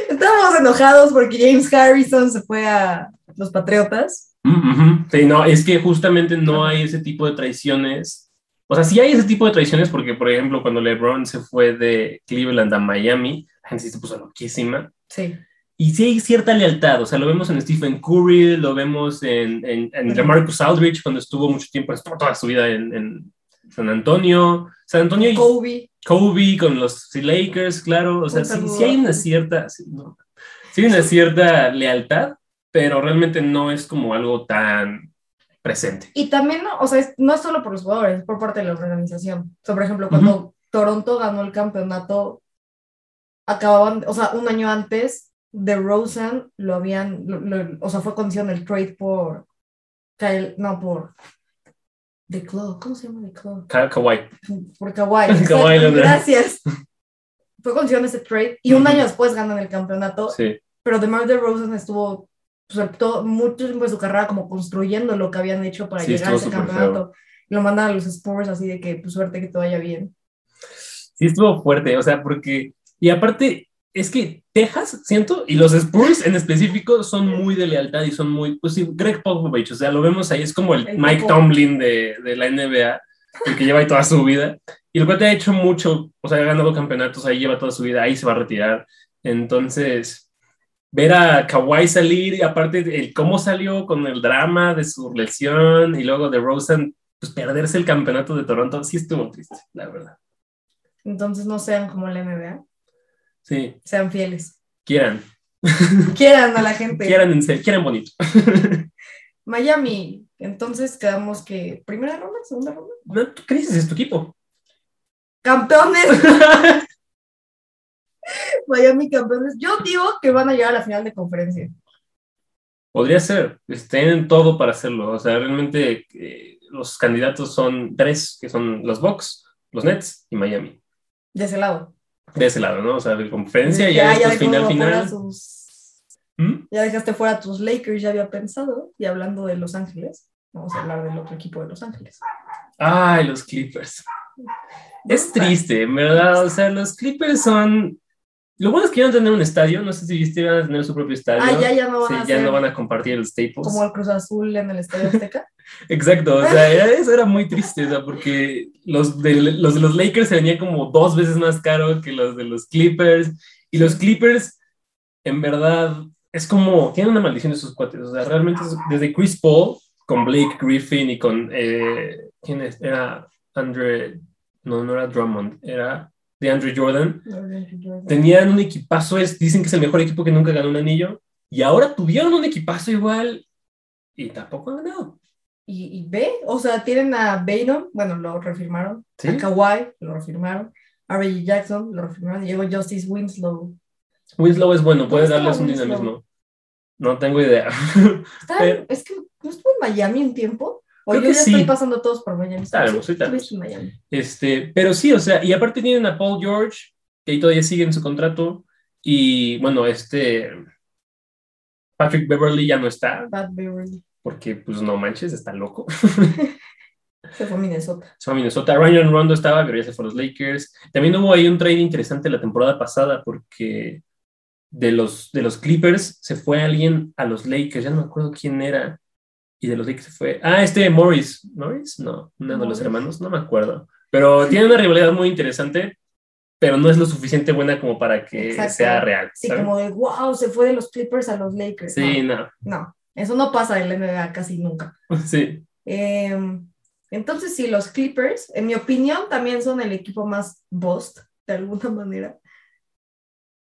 [SPEAKER 2] Estábamos enojados porque James Harrison se fue a los Patriotas.
[SPEAKER 1] Mm, ujú. Sí, no, es que justamente no hay ese tipo de traiciones. O sea, sí hay ese tipo de traiciones porque, por ejemplo, cuando LeBron se fue de Cleveland a Miami, la gente sí se puso loquísima.
[SPEAKER 2] Sí.
[SPEAKER 1] Y sí hay cierta lealtad, o sea, lo vemos en Stephen Curry, lo vemos en, en, en
[SPEAKER 2] Ujú.
[SPEAKER 1] Lamarcus Aldridge cuando estuvo mucho tiempo, estuvo toda su vida en, en San Antonio. San Antonio y
[SPEAKER 2] Kobe.
[SPEAKER 1] Kobe con los Lakers, claro. O sea,
[SPEAKER 2] Un
[SPEAKER 1] sí,
[SPEAKER 2] saludo.
[SPEAKER 1] sí hay una cierta. sí, no. sí hay una cierta lealtad, pero realmente no es como algo tan presente.
[SPEAKER 2] Y también, ¿no? o sea, es- no es solo por los jugadores, es por parte de la organización. O sea, por ejemplo, cuando Toronto ganó el campeonato, acababan, o sea, un año antes, de Rosen lo habían, lo- lo- o sea, fue condición el trade por Kyle, no, por The Claw. ¿Cómo se llama The Claw?
[SPEAKER 1] Ka- Kawhi.
[SPEAKER 2] por Kawhi.
[SPEAKER 1] Kawhi
[SPEAKER 2] Exacto,
[SPEAKER 1] Leonard.
[SPEAKER 2] gracias. Fue condición ese trade y un
[SPEAKER 1] Ujú.
[SPEAKER 2] año después ganan el campeonato,
[SPEAKER 1] Sí.
[SPEAKER 2] pero DeMar DeRozan estuvo pues, todo, mucho tiempo de su carrera como construyendo lo que habían hecho para
[SPEAKER 1] Sí,
[SPEAKER 2] llegar a ese
[SPEAKER 1] estuvo súper
[SPEAKER 2] campeonato. Lo mandan a los Spurs así de que pues, suerte que te vaya bien.
[SPEAKER 1] Sí, estuvo fuerte, o sea, porque. Y aparte, es que Texas, siento, y los Spurs en específico son muy de lealtad y son muy. Pues sí, Greg Popovich, o sea, lo vemos ahí, es como el,
[SPEAKER 2] El
[SPEAKER 1] Mike
[SPEAKER 2] Popo.
[SPEAKER 1] Tomlin de, de la NBA, el que lleva ahí toda su vida. Y el cuate ha hecho mucho, o sea, ha ganado campeonatos, ahí lleva toda su vida, ahí se va a retirar. Entonces, ver a Kawhi salir, y aparte el cómo salió con el drama de su lesión y luego de Rosen, pues perderse el campeonato de Toronto, sí estuvo triste, la verdad.
[SPEAKER 2] Entonces no sean como la NBA,
[SPEAKER 1] Sí,
[SPEAKER 2] sean fieles.
[SPEAKER 1] quieran,
[SPEAKER 2] Quieran a la gente.
[SPEAKER 1] quieran en serio, quieran bonito.
[SPEAKER 2] Miami, entonces quedamos que primera ronda, segunda ronda.
[SPEAKER 1] No, ¿Tú qué dices? Es tu equipo.
[SPEAKER 2] Campeones, Miami campeones. Yo digo que van a llegar a la final de conferencia.
[SPEAKER 1] Podría ser, pues, tienen todo para hacerlo. O sea, realmente eh, los candidatos son tres, que son los Bucks, los Nets y Miami.
[SPEAKER 2] De ese lado.
[SPEAKER 1] De ese lado, ¿no? O sea, de conferencia y ya,
[SPEAKER 2] Ya- ya
[SPEAKER 1] después
[SPEAKER 2] dejó
[SPEAKER 1] final,
[SPEAKER 2] fuera
[SPEAKER 1] final.
[SPEAKER 2] sus-
[SPEAKER 1] ¿Mm?
[SPEAKER 2] ya dejaste fuera a tus Lakers, ya había pensado. Y hablando de Los Ángeles, vamos a hablar del otro equipo de Los Ángeles.
[SPEAKER 1] Ay, los Clippers. Es triste, en verdad. O sea, los Clippers son Lo bueno es que ya van a tener un estadio, no sé si viste, van a tener su propio estadio.
[SPEAKER 2] Ah, ya, ya no van
[SPEAKER 1] Sí,
[SPEAKER 2] a
[SPEAKER 1] ya
[SPEAKER 2] hacer
[SPEAKER 1] no van a compartir el Staples.
[SPEAKER 2] como el Cruz Azul en el Estadio Azteca.
[SPEAKER 1] Exacto, o sea, era- eso era muy triste, o sea, porque los de los, de los Lakers se venía como dos veces más caro que los de los Clippers. Y los Clippers, en verdad, es como, tienen una maldición de sus cuates. O sea, realmente es- desde Chris Paul, con Blake Griffin y con, eh, ¿quién es? Era Andre, no, no era Drummond, era de Andre Jordan. Tenían un equipazo, es- dicen que es el mejor equipo que nunca ganó un anillo. Y ahora tuvieron un equipazo igual y tampoco han ganado.
[SPEAKER 2] y, y B, o sea, tienen a Baynum, bueno, lo refirmaron,
[SPEAKER 1] ¿Sí?
[SPEAKER 2] a Kawhi, lo refirmaron, a Reggie Jackson, lo refirmaron, y llegó Justice Winslow.
[SPEAKER 1] Winslow es bueno, puede
[SPEAKER 2] está
[SPEAKER 1] darles un
[SPEAKER 2] Winslow?
[SPEAKER 1] dinamismo. No tengo idea.
[SPEAKER 2] Está en-
[SPEAKER 1] Pero-
[SPEAKER 2] es que yo estuve en Miami un tiempo, o
[SPEAKER 1] Creo
[SPEAKER 2] yo
[SPEAKER 1] que
[SPEAKER 2] ya
[SPEAKER 1] sí.
[SPEAKER 2] estoy pasando todos por Miami.
[SPEAKER 1] Sabemos, sí,
[SPEAKER 2] Estuviste
[SPEAKER 1] sabemos.
[SPEAKER 2] en Miami.
[SPEAKER 1] Este, pero sí, o sea, y aparte tienen a Paul George, que ahí todavía sigue en su contrato, y bueno, este Patrick Beverly ya no está,
[SPEAKER 2] Bad Beverly,
[SPEAKER 1] porque pues no manches, está loco.
[SPEAKER 2] se fue a Minnesota.
[SPEAKER 1] Se fue a Minnesota, Ryan Rondo estaba, pero ya se fue a los Lakers. También hubo ahí un trade interesante la temporada pasada, porque de los, de los Clippers se fue alguien a los Lakers, ya no me acuerdo quién era. Y de los Lakers se fue. Ah, este Morris. ¿Morris? No, uno de los
[SPEAKER 2] Morris.
[SPEAKER 1] hermanos, no me acuerdo. Pero tiene una rivalidad muy interesante, pero no es lo suficiente buena como para que
[SPEAKER 2] Exacto.
[SPEAKER 1] sea real.
[SPEAKER 2] Sí,
[SPEAKER 1] ¿sabes?
[SPEAKER 2] como de, wow, se fue de los Clippers a los Lakers.
[SPEAKER 1] Sí, no.
[SPEAKER 2] No, no, eso no pasa en la NBA casi nunca.
[SPEAKER 1] Sí.
[SPEAKER 2] Eh, entonces, sí, los Clippers, en mi opinión, también son el equipo más bust, de alguna manera,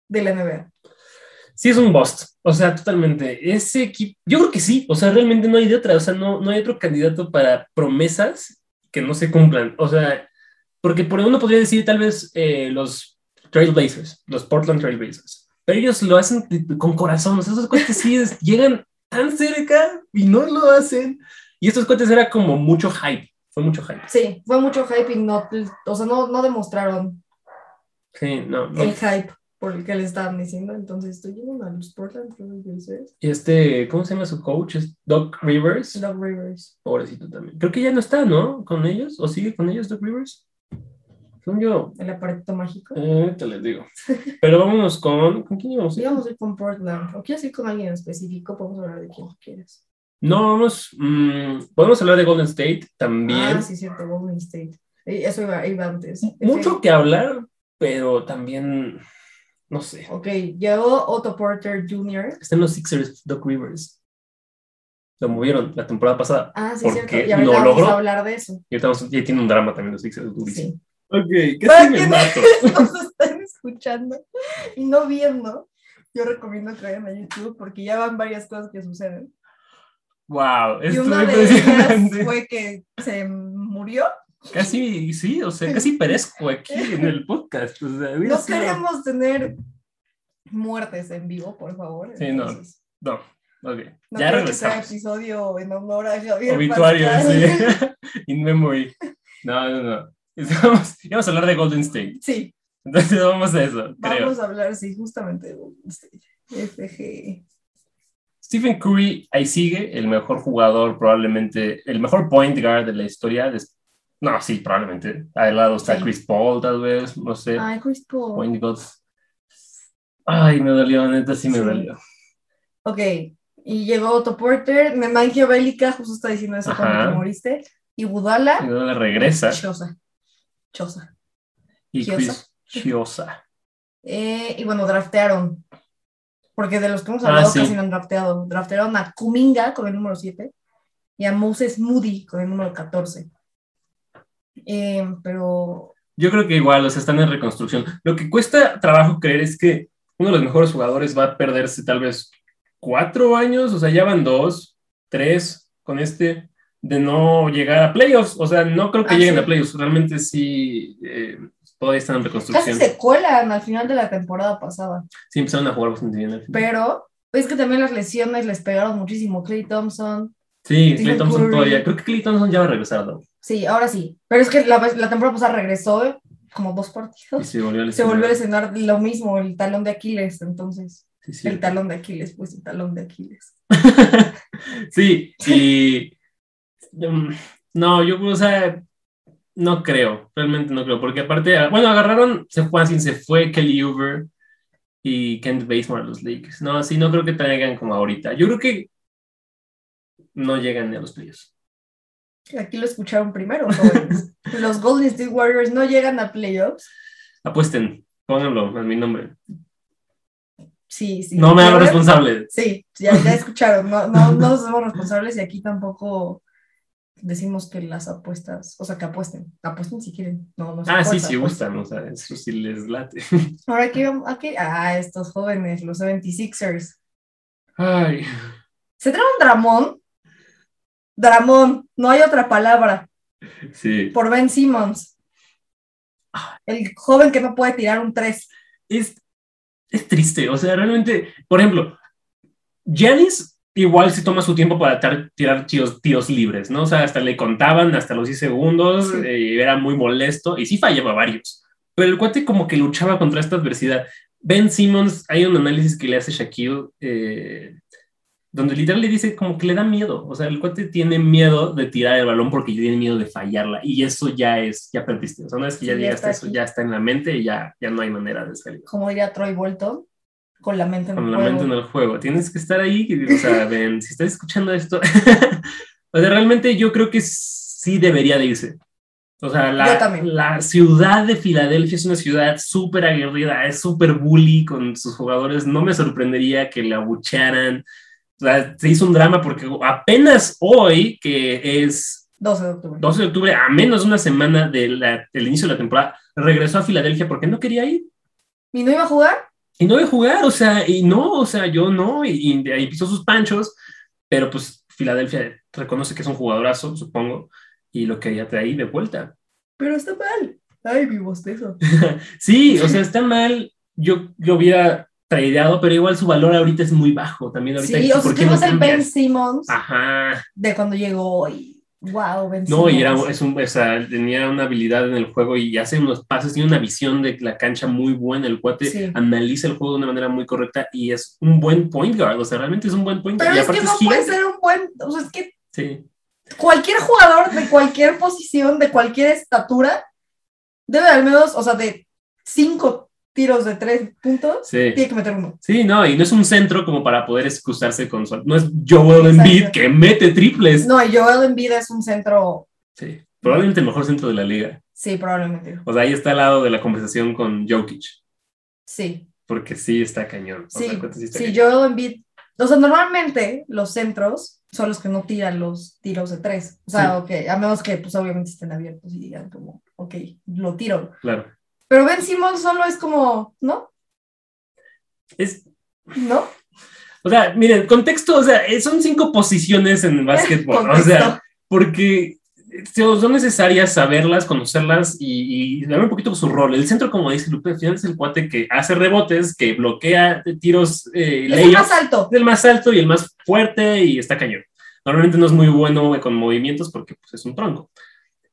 [SPEAKER 2] de la NBA.
[SPEAKER 1] Sí, es un bust. O sea, totalmente. Ese equipo, yo creo que sí. O sea, realmente no hay de otra. O sea, no, no hay otro candidato para promesas que no se cumplan. O sea, porque por uno podría decir tal vez eh, los Trailblazers, los Portland Trailblazers. Pero ellos lo hacen de- con corazón. O sea, esos cuates sí es- llegan tan cerca y no lo hacen. Y estos cuates era como mucho hype. Fue mucho hype.
[SPEAKER 2] Sí, fue mucho hype y no, o sea, no, no demostraron
[SPEAKER 1] Sí, no, no.
[SPEAKER 2] el hype por el que le estaban diciendo. Entonces, estoy yendo a los Portland Trailblazers,
[SPEAKER 1] Y este, ¿cómo se llama su coach? Es Doc Rivers.
[SPEAKER 2] Doc Rivers.
[SPEAKER 1] Pobrecito también. Creo que ya no está, ¿no? Con ellos. ¿O sigue con ellos Doc Rivers? Según yo.
[SPEAKER 2] El apartito mágico.
[SPEAKER 1] eh, te les digo. Pero vámonos con. ¿Con quién íbamos?
[SPEAKER 2] Digamos, ir con Portland. O quieres ir con alguien en específico, podemos hablar de quien quieras.
[SPEAKER 1] No, vamos. mm, podemos hablar de Golden State también.
[SPEAKER 2] Ah, sí, cierto, Golden State. Eh, Eso iba, iba antes.
[SPEAKER 1] Mucho que hablar, pero también. No sé.
[SPEAKER 2] Ok, llegó Otto Porter Jr.
[SPEAKER 1] Está en los Sixers Doc Rivers. Lo movieron la temporada pasada.
[SPEAKER 2] Ah, sí,
[SPEAKER 1] ¿Por
[SPEAKER 2] cierto.
[SPEAKER 1] qué
[SPEAKER 2] Y ahorita
[SPEAKER 1] no
[SPEAKER 2] vamos
[SPEAKER 1] logró?
[SPEAKER 2] a hablar de eso.
[SPEAKER 1] Y ahorita vamos- ya tiene un drama también los Sixers durísimo.
[SPEAKER 2] Sí.
[SPEAKER 1] Ok, ¿qué
[SPEAKER 2] Para
[SPEAKER 1] me
[SPEAKER 2] que-
[SPEAKER 1] mato?
[SPEAKER 2] Nos están escuchando y no viendo. Yo recomiendo que vayan a YouTube porque ya van varias cosas que suceden.
[SPEAKER 1] Wow,
[SPEAKER 2] Y
[SPEAKER 1] esto es
[SPEAKER 2] una de ellas
[SPEAKER 1] impresionante.
[SPEAKER 2] fue que se murió.
[SPEAKER 1] Casi, sí, o sea, casi perezco aquí en el podcast. O sea, hubiera
[SPEAKER 2] No
[SPEAKER 1] sido-
[SPEAKER 2] queremos tener muertes en vivo, por favor.
[SPEAKER 1] Sí, no.
[SPEAKER 2] Entonces,
[SPEAKER 1] No, ok.
[SPEAKER 2] no
[SPEAKER 1] ya
[SPEAKER 2] creo que sea
[SPEAKER 1] regresamos.
[SPEAKER 2] episodio en honor a Javier.
[SPEAKER 1] Obituario,
[SPEAKER 2] Pascal.
[SPEAKER 1] sí. In memory. No, no, no. Estamos, íbamos a hablar de Golden State.
[SPEAKER 2] Sí,
[SPEAKER 1] Entonces vamos a eso, creo.
[SPEAKER 2] vamos a hablar, sí, justamente de Golden State. FG.
[SPEAKER 1] Stephen Curry ahí sigue, el mejor jugador, probablemente, el mejor point guard de la historia. Des- No, sí, probablemente. Al lado está
[SPEAKER 2] Sí.
[SPEAKER 1] Chris Paul, tal vez, no sé.
[SPEAKER 2] Ay, Chris Paul.
[SPEAKER 1] Point guards. Ay, me dolió, neta, sí me
[SPEAKER 2] Sí.
[SPEAKER 1] dolió.
[SPEAKER 2] Ok, y llegó Otto Porter, Nemanja Bélica, justo está diciendo eso
[SPEAKER 1] Ajá.
[SPEAKER 2] cuando te moriste, y
[SPEAKER 1] Y
[SPEAKER 2] Budala,
[SPEAKER 1] luego le regresa.
[SPEAKER 2] Chosa, Chosa.
[SPEAKER 1] Y
[SPEAKER 2] Chiosa.
[SPEAKER 1] Chris Chiosa.
[SPEAKER 2] Eh, y bueno, draftearon, porque de los que hemos
[SPEAKER 1] Ah,
[SPEAKER 2] hablado
[SPEAKER 1] sí.
[SPEAKER 2] casi no han drafteado, draftearon a Kuminga con el número 7 y a Moses Moody con el número 14. Eh, pero
[SPEAKER 1] Yo creo que igual, o sea, están en reconstrucción. Lo que cuesta trabajo creer es que uno de los mejores jugadores va a perderse tal vez cuatro años, o sea, ya van dos, tres con este, de no llegar a playoffs. O sea, no creo que
[SPEAKER 2] Ah,
[SPEAKER 1] lleguen
[SPEAKER 2] sí.
[SPEAKER 1] a playoffs. Realmente sí, eh, todavía están en
[SPEAKER 2] casi
[SPEAKER 1] reconstrucción.
[SPEAKER 2] se cuelan al final de la temporada pasada.
[SPEAKER 1] Sí, empezaron a jugar bastante bien al final.
[SPEAKER 2] Pero es que también las lesiones les pegaron muchísimo. Clay Thompson,
[SPEAKER 1] Sí, Clay
[SPEAKER 2] Stephen
[SPEAKER 1] Thompson
[SPEAKER 2] Curry.
[SPEAKER 1] todavía. Creo que Clay Thompson ya va a regresar, ¿no?
[SPEAKER 2] Sí, ahora sí. Pero es que la, vez- la temporada pasada regresó ¿eh? como dos
[SPEAKER 1] Y
[SPEAKER 2] partidos.
[SPEAKER 1] se volvió a
[SPEAKER 2] Se volvió a
[SPEAKER 1] lesionar.
[SPEAKER 2] lesionar lo mismo, el talón de Aquiles. Entonces,
[SPEAKER 1] Sí, sí.
[SPEAKER 2] el talón de Aquiles, pues el talón de Aquiles.
[SPEAKER 1] Sí, y. mm, No, yo, o sea, no ah, creo, realmente no creo, porque aparte, bueno, agarraron, se fue, así, se fue Kelly Uber, y Kent Bazemore a los Lakers. No, así no creo que traigan como ahorita. Yo creo que no llegan ni a los playoffs.
[SPEAKER 2] Aquí lo escucharon primero, jóvenes. Los Golden State Warriors no llegan a playoffs.
[SPEAKER 1] Apuesten, pónganlo a mi nombre.
[SPEAKER 2] Sí, sí.
[SPEAKER 1] No me hago
[SPEAKER 2] Warriors-
[SPEAKER 1] responsable.
[SPEAKER 2] Sí, ya, ya escucharon. No, no, no somos responsables y aquí tampoco decimos que las apuestas, o sea, que apuesten. Apuesten si quieren. No, no se
[SPEAKER 1] Ah, sí,
[SPEAKER 2] apuesta,
[SPEAKER 1] sí,
[SPEAKER 2] pues.
[SPEAKER 1] gustan, o sea, eso sí les late.
[SPEAKER 2] Ahora aquí vamos, aquí, ah, estos jóvenes, los 76ers.
[SPEAKER 1] Ay,
[SPEAKER 2] ¿Se trae un dramón? Dramón, no hay otra palabra,
[SPEAKER 1] sí.
[SPEAKER 2] por Ben Simmons. El joven que no puede tirar un 3.
[SPEAKER 1] es, es triste. O sea, realmente, por ejemplo, Janis igual se toma su tiempo para tar- tirar tiros, tiros libres, ¿no? O sea, hasta le contaban hasta los 10 segundos,
[SPEAKER 2] Sí.
[SPEAKER 1] eh, era muy molesto y sí fallaba varios. Pero el cuate como que luchaba contra esta adversidad. Ben Simmons, hay un análisis que le hace Shaquille, eh, donde literal le dice como que le da miedo. O sea, el cuate tiene miedo de tirar el balón porque tiene miedo de fallarla. Y eso ya es, ya perdiste. O sea, no es que
[SPEAKER 2] Sí,
[SPEAKER 1] ya
[SPEAKER 2] ya
[SPEAKER 1] digas
[SPEAKER 2] está
[SPEAKER 1] eso,
[SPEAKER 2] aquí.
[SPEAKER 1] ya está en la mente y ya, ya no hay manera de salir
[SPEAKER 2] Como diría Troy Bolton, con la mente en
[SPEAKER 1] con
[SPEAKER 2] el
[SPEAKER 1] la
[SPEAKER 2] juego.
[SPEAKER 1] mente en el juego. Tienes que estar ahí, que, o sea, ven, si estás escuchando esto. o sea, realmente yo creo que sí debería de irse. O sea,
[SPEAKER 2] Yo
[SPEAKER 1] la,
[SPEAKER 2] también.
[SPEAKER 1] la ciudad de Filadelfia es una ciudad súper aguerrida, es súper bully con sus jugadores. No me sorprendería que la abuchearan. O sea, se hizo un drama porque apenas hoy, que es
[SPEAKER 2] 12 de octubre.
[SPEAKER 1] 12 de octubre, a menos de una semana de la- del inicio de la temporada, regresó a Filadelfia porque no quería ir.
[SPEAKER 2] ¿Y no iba a jugar?
[SPEAKER 1] Y no de jugar, o sea, y no, o sea, yo no, y, y de ahí pisó sus panchos, pero pues Filadelfia reconoce que es un jugadorazo, supongo, y lo quería traer de vuelta.
[SPEAKER 2] Pero está mal. Ay, mi bostezo.
[SPEAKER 1] Sí, o sea, está mal, yo lo hubiera tradeado, pero igual su valor ahorita es muy bajo también. Ahorita,
[SPEAKER 2] Sí, o sea,
[SPEAKER 1] ¿por
[SPEAKER 2] tú
[SPEAKER 1] no
[SPEAKER 2] vas el Ben
[SPEAKER 1] cambias? Ah.
[SPEAKER 2] Simmons
[SPEAKER 1] Ajá,
[SPEAKER 2] de cuando llegó y wow, Ben
[SPEAKER 1] no, y era,
[SPEAKER 2] Simmons.
[SPEAKER 1] es un, o sea, tenía una habilidad en el juego y hace unos pases, tiene una visión de la cancha muy buena, el cuate
[SPEAKER 2] Sí.
[SPEAKER 1] analiza el juego de una manera muy correcta y es un buen point guard, o sea, realmente es un buen point guard.
[SPEAKER 2] Pero
[SPEAKER 1] y
[SPEAKER 2] es que
[SPEAKER 1] aparte
[SPEAKER 2] no
[SPEAKER 1] es
[SPEAKER 2] puede
[SPEAKER 1] gigante.
[SPEAKER 2] ser un buen, o sea, es que
[SPEAKER 1] Sí.
[SPEAKER 2] cualquier jugador de cualquier posición, de cualquier estatura, debe al menos, o sea, de cinco tiros de tres puntos,
[SPEAKER 1] Sí.
[SPEAKER 2] tiene que meter uno.
[SPEAKER 1] Sí, no, y no es un centro como para poder excusarse con su... No es Joel Embiid
[SPEAKER 2] Exacto.
[SPEAKER 1] que mete triples.
[SPEAKER 2] No, y Joel Embiid es un centro,
[SPEAKER 1] Sí, probablemente el mejor centro de la liga.
[SPEAKER 2] sí, probablemente.
[SPEAKER 1] O sea, ahí está al lado de la conversación con Jokic,
[SPEAKER 2] Sí,
[SPEAKER 1] porque sí está cañón. O sea,
[SPEAKER 2] sí,
[SPEAKER 1] ¿cuánto sí está
[SPEAKER 2] sí,
[SPEAKER 1] cañón?
[SPEAKER 2] Joel Embiid. O sea, normalmente los centros son los que no tiran los tiros de tres. O sea, ok, a menos que, pues, obviamente estén abiertos y digan como, ok, lo tiro.
[SPEAKER 1] Claro.
[SPEAKER 2] Pero Ben Simmons solo es como, ¿no?
[SPEAKER 1] Es,
[SPEAKER 2] ¿No?
[SPEAKER 1] o sea, miren, contexto, o sea, eh, son cinco posiciones en el básquetbol. o
[SPEAKER 2] Contexto.
[SPEAKER 1] sea, porque eh, tío, son necesarias saberlas, conocerlas y, y saber un poquito su rol. El centro, como dice Lupe, al final es el cuate que hace rebotes, que bloquea eh, tiros, eh,
[SPEAKER 2] es el
[SPEAKER 1] layups.
[SPEAKER 2] más alto.
[SPEAKER 1] el más alto y el más fuerte y está cañón. Normalmente no es muy bueno con movimientos porque pues, es un tronco.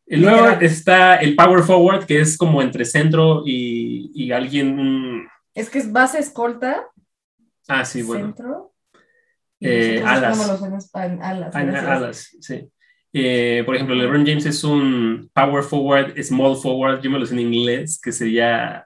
[SPEAKER 1] Y luego
[SPEAKER 2] Literal.
[SPEAKER 1] está el power forward, que es como entre centro y, y alguien... mm,
[SPEAKER 2] Es que es base escolta,
[SPEAKER 1] Ah, sí, bueno.
[SPEAKER 2] centro.
[SPEAKER 1] Eh,
[SPEAKER 2] nosotros
[SPEAKER 1] alas.
[SPEAKER 2] somos los alas- an- alas,
[SPEAKER 1] Ah,
[SPEAKER 2] gracias.
[SPEAKER 1] alas, sí. Eh, por ejemplo, LeBron James es un power forward, small forward, yo me lo sé en inglés, que sería...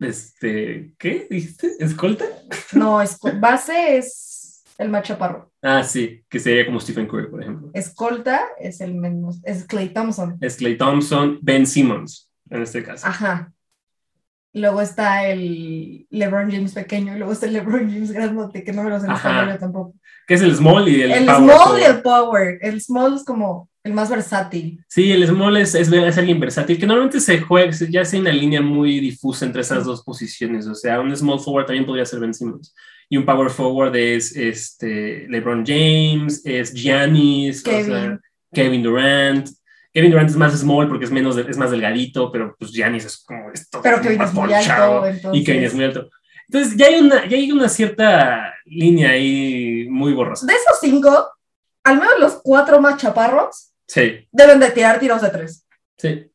[SPEAKER 1] Este, ¿qué dijiste? ¿Escolta?
[SPEAKER 2] No, esco- base es el más chaparro.
[SPEAKER 1] Ah, sí, que sería como Stephen Curry, por ejemplo.
[SPEAKER 2] Escolta es el menos, es Clay Thompson.
[SPEAKER 1] Es Clay Thompson, Ben Simmons, en este caso.
[SPEAKER 2] Ajá. Luego está el LeBron James pequeño y luego está el LeBron James grandote, que no me lo sé en
[SPEAKER 1] Ajá.
[SPEAKER 2] español yo tampoco.
[SPEAKER 1] Que es el small y el,
[SPEAKER 2] El,
[SPEAKER 1] power
[SPEAKER 2] small
[SPEAKER 1] forward.
[SPEAKER 2] y el power. El small es como el más versátil.
[SPEAKER 1] Sí, el small es, es, es alguien versátil, que normalmente se juega, se- ya se hay una línea muy difusa entre esas dos posiciones. O sea, un small forward también podría ser Ben Simmons. Y un power forward es este, LeBron James, es Giannis, o sea,
[SPEAKER 2] Kevin.
[SPEAKER 1] Kevin Durant. Kevin Durant es más small porque es, menos, de- es más delgadito, pero pues Giannis es como esto.
[SPEAKER 2] Pero Kevin es muy alto, entonces.
[SPEAKER 1] Y Kevin es muy alto. Entonces ya hay una, ya hay una cierta línea ahí muy borrosa.
[SPEAKER 2] De esos cinco, al menos los cuatro más chaparros
[SPEAKER 1] Sí,
[SPEAKER 2] deben de tirar tiros de tres.
[SPEAKER 1] sí.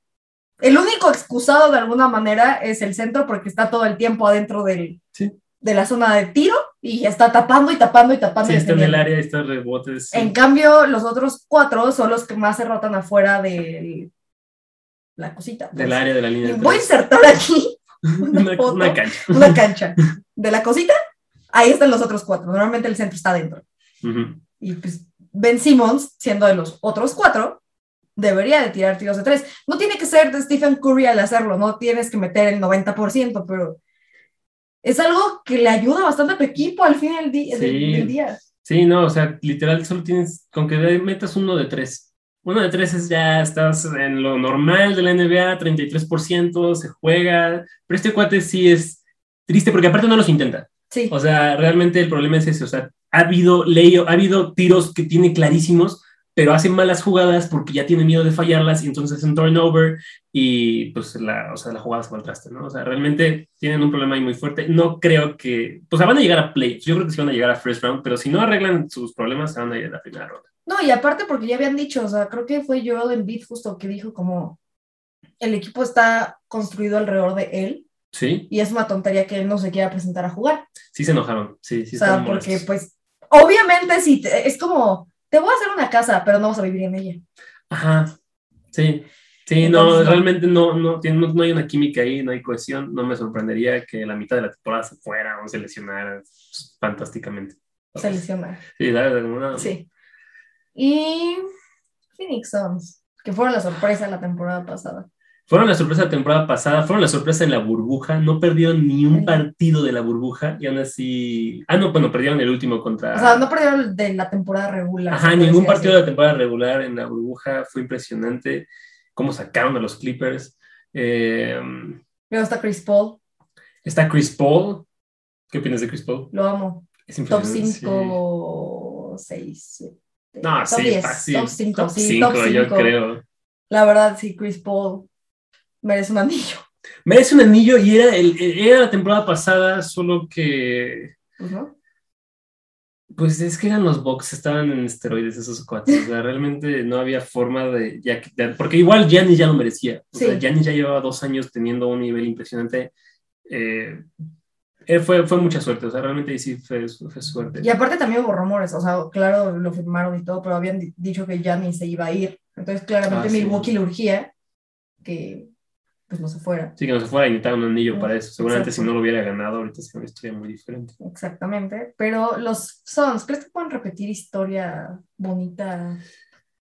[SPEAKER 2] El único excusado de alguna manera es el centro porque está todo el tiempo adentro del,
[SPEAKER 1] Sí.
[SPEAKER 2] de la zona de tiro y está tapando y tapando y tapando.
[SPEAKER 1] Sí,
[SPEAKER 2] y
[SPEAKER 1] está en el
[SPEAKER 2] defendiendo.
[SPEAKER 1] área, está rebotes. sí.
[SPEAKER 2] En cambio, los otros cuatro son los que más se rotan afuera de la cosita. pues.
[SPEAKER 1] del área de la línea.
[SPEAKER 2] Y
[SPEAKER 1] de
[SPEAKER 2] voy a
[SPEAKER 1] tres.
[SPEAKER 2] insertar aquí una,
[SPEAKER 1] Una,
[SPEAKER 2] foto,
[SPEAKER 1] una cancha.
[SPEAKER 2] una cancha. De la cosita, ahí están los otros cuatro. Normalmente el centro está adentro.
[SPEAKER 1] Ujú.
[SPEAKER 2] Y pues Ben Simmons, siendo de los otros cuatro, debería de tirar tiros de tres. No tiene que ser de Stephen Curry al hacerlo, no tienes que meter el 90%, pero es algo que le ayuda bastante a tu equipo al fin del, di-
[SPEAKER 1] Sí.
[SPEAKER 2] del- del día.
[SPEAKER 1] Sí, no, o sea, literal solo tienes, con que metas uno de tres. Uno de tres es ya estás en lo normal de la NBA, 33%, se juega. Pero este cuate sí es triste porque aparte no los intenta.
[SPEAKER 2] Sí,
[SPEAKER 1] O sea, realmente el problema es ese. O sea, ha habido leo, ha habido tiros que tiene clarísimos, pero hace malas jugadas porque ya tiene miedo de fallarlas y entonces es un turnover y pues la, o sea, la jugada se va al traste, ¿no? O sea, realmente tienen un problema ahí muy fuerte. No creo que, pues van a llegar a playoffs. Yo creo que sí van a llegar a first round, pero si no arreglan sus problemas, se van a ir a la primera ronda.
[SPEAKER 2] no, y aparte porque ya habían dicho, o sea, creo que fue Joel Embiid justo que dijo como el equipo está construido alrededor de él
[SPEAKER 1] Sí,
[SPEAKER 2] y es una tontería que él no se quiera presentar a jugar.
[SPEAKER 1] sí se enojaron. Sí, sí
[SPEAKER 2] o sea,
[SPEAKER 1] están
[SPEAKER 2] porque
[SPEAKER 1] molestos.
[SPEAKER 2] pues obviamente sí, te- es como, te voy a hacer una casa, pero no vas a vivir en ella.
[SPEAKER 1] Ajá, sí. Sí,
[SPEAKER 2] Entonces,
[SPEAKER 1] no,
[SPEAKER 2] no.
[SPEAKER 1] realmente no, no, tiene- no, no hay una química ahí, no hay cohesión. No me sorprendería que la mitad de la temporada se fuera o se lesionara fantásticamente.
[SPEAKER 2] Se lesiona.
[SPEAKER 1] Sí, dale, dale, una-
[SPEAKER 2] Sí. Y Phoenix Suns, que fueron la sorpresa la temporada pasada.
[SPEAKER 1] Fueron la sorpresa la temporada pasada, fueron la sorpresa en la burbuja. No perdieron ni un partido de la burbuja y aún así. Ah, no, bueno, perdieron el último contra.
[SPEAKER 2] O sea, no perdieron el de la temporada regular.
[SPEAKER 1] Ajá,
[SPEAKER 2] por
[SPEAKER 1] ningún
[SPEAKER 2] decir
[SPEAKER 1] partido de
[SPEAKER 2] así.
[SPEAKER 1] la temporada regular en la burbuja fue impresionante. Cómo sacaron a los Clippers. Eh,
[SPEAKER 2] Luego está Chris Paul,
[SPEAKER 1] está Chris Paul. ¿Qué opinas de Chris Paul?
[SPEAKER 2] lo amo.
[SPEAKER 1] Es
[SPEAKER 2] Top
[SPEAKER 1] impresionante,
[SPEAKER 2] 5, 6, 7.
[SPEAKER 1] sí. No,
[SPEAKER 2] top
[SPEAKER 1] sí,
[SPEAKER 2] 10,
[SPEAKER 1] fácil.
[SPEAKER 2] top 5, sí,
[SPEAKER 1] cinco,
[SPEAKER 2] top 5.
[SPEAKER 1] yo creo.
[SPEAKER 2] La verdad, sí, Chris Paul merece un anillo.
[SPEAKER 1] Merece un anillo y era, el, era la temporada pasada, solo que.
[SPEAKER 2] Pues, ¿no?
[SPEAKER 1] Pues es que eran los box, estaban en esteroides esos cuates. O sea, realmente no había forma de. Ya, quitar- porque igual Giannis ya lo merecía. O sea,
[SPEAKER 2] Sí.
[SPEAKER 1] Giannis ya llevaba dos años teniendo un nivel impresionante. Eh, eh, fue, fue mucha suerte. O sea, realmente ahí sí fue, fue suerte.
[SPEAKER 2] Y aparte también hubo rumores, o sea, claro, lo firmaron y todo, pero habían di- dicho que Gianni se iba a ir. Entonces, claramente
[SPEAKER 1] Ah, sí.
[SPEAKER 2] Milwaukee le urgía que pues no se fuera.
[SPEAKER 1] Sí, que no se fuera a necesitar un anillo
[SPEAKER 2] Mm,
[SPEAKER 1] para eso. Seguramente
[SPEAKER 2] exacto.
[SPEAKER 1] si no lo hubiera ganado, ahorita sería una historia muy diferente.
[SPEAKER 2] Exactamente. Pero los Suns, ¿crees que pueden repetir historia bonita?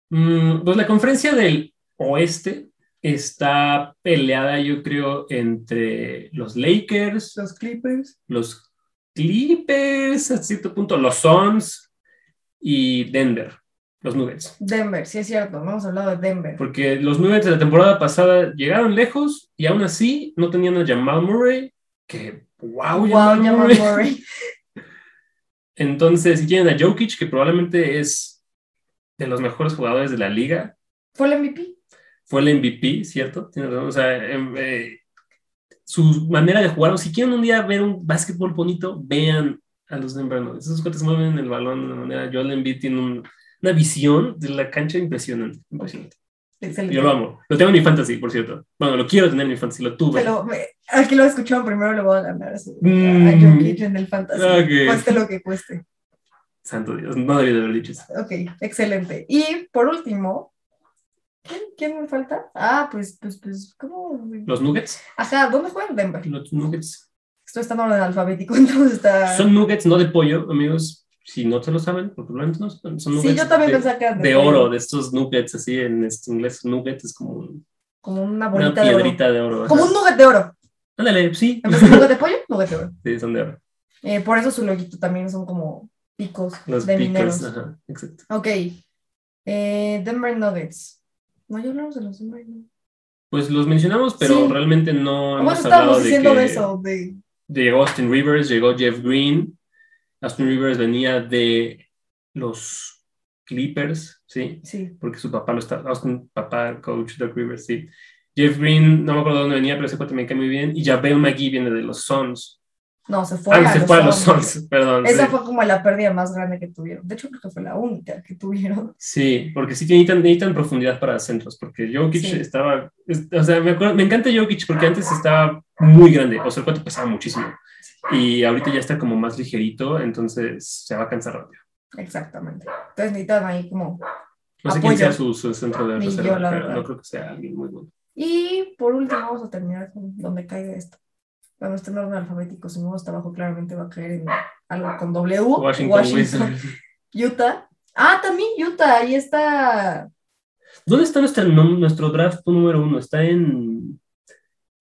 [SPEAKER 1] Mm, pues la conferencia del oeste está peleada, yo creo, entre los Lakers, los Clippers, los Clippers, a cierto punto, los Suns y Denver, los Nuggets.
[SPEAKER 2] Denver, sí es cierto, no hemos hablado de Denver.
[SPEAKER 1] Porque los Nuggets de la temporada pasada llegaron lejos y aún así no tenían a Jamal Murray, que wow,
[SPEAKER 2] wow,
[SPEAKER 1] Jamal
[SPEAKER 2] Jamal
[SPEAKER 1] Murray.
[SPEAKER 2] Murray.
[SPEAKER 1] Entonces, si tienen a Jokic, que probablemente es de los mejores jugadores de la liga,
[SPEAKER 2] ¿Fue el MVP?
[SPEAKER 1] fue el MVP, ¿cierto? Tienes razón, O sea, em, eh, su manera de jugar, o si quieren un día ver un básquetbol bonito, vean a los Denver Nuggets. Esos cuates mueven el balón de una manera. Joel Embiid tiene un- una visión de la cancha impresionante. impresionante.
[SPEAKER 2] Excelente.
[SPEAKER 1] Yo lo amo. Lo tengo en mi fantasy, por cierto. Bueno, lo quiero tener en mi fantasy, lo tuve.
[SPEAKER 2] Te lo- me- al que lo escucharon primero le voy a ganar a, su-
[SPEAKER 1] Mm. Ah,
[SPEAKER 2] a Jokic en el fantasy.
[SPEAKER 1] Ok.
[SPEAKER 2] Cueste lo que cueste.
[SPEAKER 1] Santo Dios, no debí de haber dicho eso.
[SPEAKER 2] Ok, excelente. Y por último, ¿quién, quién me falta? Ah, pues, pues, pues, ¿cómo?
[SPEAKER 1] Los Nuggets,
[SPEAKER 2] Ajá, ¿dónde juega el Denver?
[SPEAKER 1] los Nuggets.
[SPEAKER 2] Esto está en orden alfabético, entonces está.
[SPEAKER 1] Son Nuggets, no de pollo, amigos. Si no te lo saben, porque probablemente no saben. Son
[SPEAKER 2] Sí,
[SPEAKER 1] Nuggets
[SPEAKER 2] yo también
[SPEAKER 1] de,
[SPEAKER 2] pensaba que eran
[SPEAKER 1] de
[SPEAKER 2] pollo.
[SPEAKER 1] oro, de estos Nuggets, así en este inglés. Nuggets es como un
[SPEAKER 2] Como
[SPEAKER 1] Una
[SPEAKER 2] una bolita de oro.
[SPEAKER 1] piedrita de oro.
[SPEAKER 2] Como
[SPEAKER 1] ajá.
[SPEAKER 2] un nugget de oro.
[SPEAKER 1] Ándale, sí.
[SPEAKER 2] En vez de nugget de pollo, nugget de oro.
[SPEAKER 1] Sí, son de oro.
[SPEAKER 2] Eh, por eso su loguito también son como picos
[SPEAKER 1] Los
[SPEAKER 2] de mineros.
[SPEAKER 1] picos. Ajá, exacto.
[SPEAKER 2] Ok. Eh, Denver Nuggets. No, ya hablamos de los Denver Nuggets.
[SPEAKER 1] Pues los mencionamos, pero
[SPEAKER 2] Sí. Ah,
[SPEAKER 1] realmente no
[SPEAKER 2] Bueno,
[SPEAKER 1] hemos
[SPEAKER 2] estábamos
[SPEAKER 1] hablado de
[SPEAKER 2] diciendo
[SPEAKER 1] que
[SPEAKER 2] de eso, de
[SPEAKER 1] llegó Austin Rivers, llegó Jeff Green. Austin Rivers venía de los Clippers, ¿sí?
[SPEAKER 2] sí,
[SPEAKER 1] Porque su papá lo está, Austin, papá, coach, Doc Rivers, sí. Jeff Green, no me acuerdo de dónde venía, pero ese cuate me cae muy bien. Y Javel McGee viene de los Suns.
[SPEAKER 2] no, se fue
[SPEAKER 1] Ah, se fue a los
[SPEAKER 2] Suns.
[SPEAKER 1] Suns, perdón.
[SPEAKER 2] Esa
[SPEAKER 1] sí.
[SPEAKER 2] fue como la pérdida más grande que tuvieron. De hecho, creo que fue la única que tuvieron.
[SPEAKER 1] Sí, porque sí necesitan, necesitan profundidad para centros, porque Jokic
[SPEAKER 2] Sí.
[SPEAKER 1] estaba, es- o sea, me, acuerdo- me encanta Jokic porque antes estaba muy grande, o sea, el cuate pesaba muchísimo, y ahorita ya está como más ligerito, entonces se va a cansar rápido.
[SPEAKER 2] Exactamente. Entonces necesitan ahí como.
[SPEAKER 1] No sé quién
[SPEAKER 2] Apoyo.
[SPEAKER 1] sea su, su centro de
[SPEAKER 2] Ni
[SPEAKER 1] reserva,
[SPEAKER 2] yo, la
[SPEAKER 1] pero
[SPEAKER 2] verdad.
[SPEAKER 1] no creo que sea alguien muy bueno.
[SPEAKER 2] Y por último, vamos a terminar con donde caiga esto. para no estar en orden alfabético, su nuevo trabajo claramente va a caer en algo con W.
[SPEAKER 1] Washington,
[SPEAKER 2] Oh, Washington,
[SPEAKER 1] Wizard.
[SPEAKER 2] Utah. Ah, también Utah, ahí está.
[SPEAKER 1] ¿Dónde está nuestra- no- nuestro draft número uno? Está en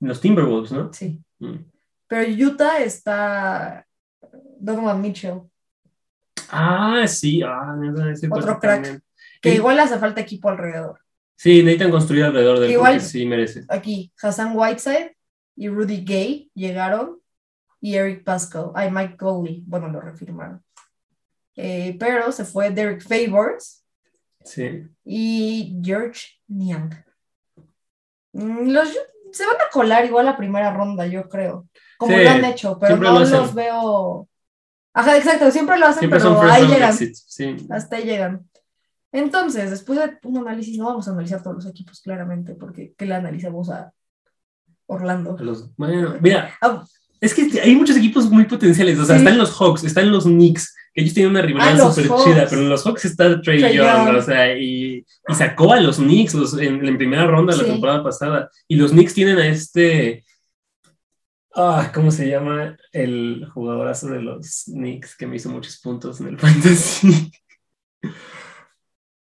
[SPEAKER 1] en los Timberwolves, ¿no?
[SPEAKER 2] Sí.
[SPEAKER 1] Mm.
[SPEAKER 2] Pero Utah está Donovan Mitchell,
[SPEAKER 1] Ah, sí. Ah, neta, ese
[SPEAKER 2] Otro
[SPEAKER 1] cuate
[SPEAKER 2] crack.
[SPEAKER 1] también.
[SPEAKER 2] que
[SPEAKER 1] Sí.
[SPEAKER 2] igual le hace falta equipo alrededor.
[SPEAKER 1] Sí, necesitan construir alrededor del
[SPEAKER 2] Igual-
[SPEAKER 1] Igual. sí merece.
[SPEAKER 2] Aquí, Hassan Whiteside y Rudy Gay llegaron y Eric Pascal, ay, Mike Conley, bueno, lo refirmaron. Eh, pero se fue Derek Favors
[SPEAKER 1] Sí.
[SPEAKER 2] y George Niang. Mm, Los, se van a colar igual la primera ronda, yo creo. Como
[SPEAKER 1] Sí,
[SPEAKER 2] lo han hecho, pero
[SPEAKER 1] siempre
[SPEAKER 2] no
[SPEAKER 1] lo hacen.
[SPEAKER 2] los veo. Ajá, exacto, siempre lo hacen,
[SPEAKER 1] Siempre
[SPEAKER 2] pero
[SPEAKER 1] son first
[SPEAKER 2] ahí
[SPEAKER 1] round
[SPEAKER 2] llegan.
[SPEAKER 1] exits, Sí.
[SPEAKER 2] hasta ahí llegan. Entonces, después de un análisis, no vamos a analizar todos los equipos claramente, porque ¿qué le analizamos a Orlando?
[SPEAKER 1] Los- bueno, mira,
[SPEAKER 2] Ah.
[SPEAKER 1] es que hay muchos equipos muy potenciales. O sea,
[SPEAKER 2] Sí. Ah,
[SPEAKER 1] están los Hawks, están los Knicks, que ellos tienen una rivalidad
[SPEAKER 2] los
[SPEAKER 1] súper
[SPEAKER 2] Hawks.
[SPEAKER 1] chida, pero en los Hawks está Trey
[SPEAKER 2] Trae
[SPEAKER 1] Young,
[SPEAKER 2] Young.
[SPEAKER 1] o sea, y, y sacó a los Knicks los- en, en primera ronda de
[SPEAKER 2] Sí.
[SPEAKER 1] la temporada pasada. Y los Knicks tienen a este. Ah, ¿cómo se llama? El jugadorazo de los Knicks que me hizo muchos puntos en el fantasy.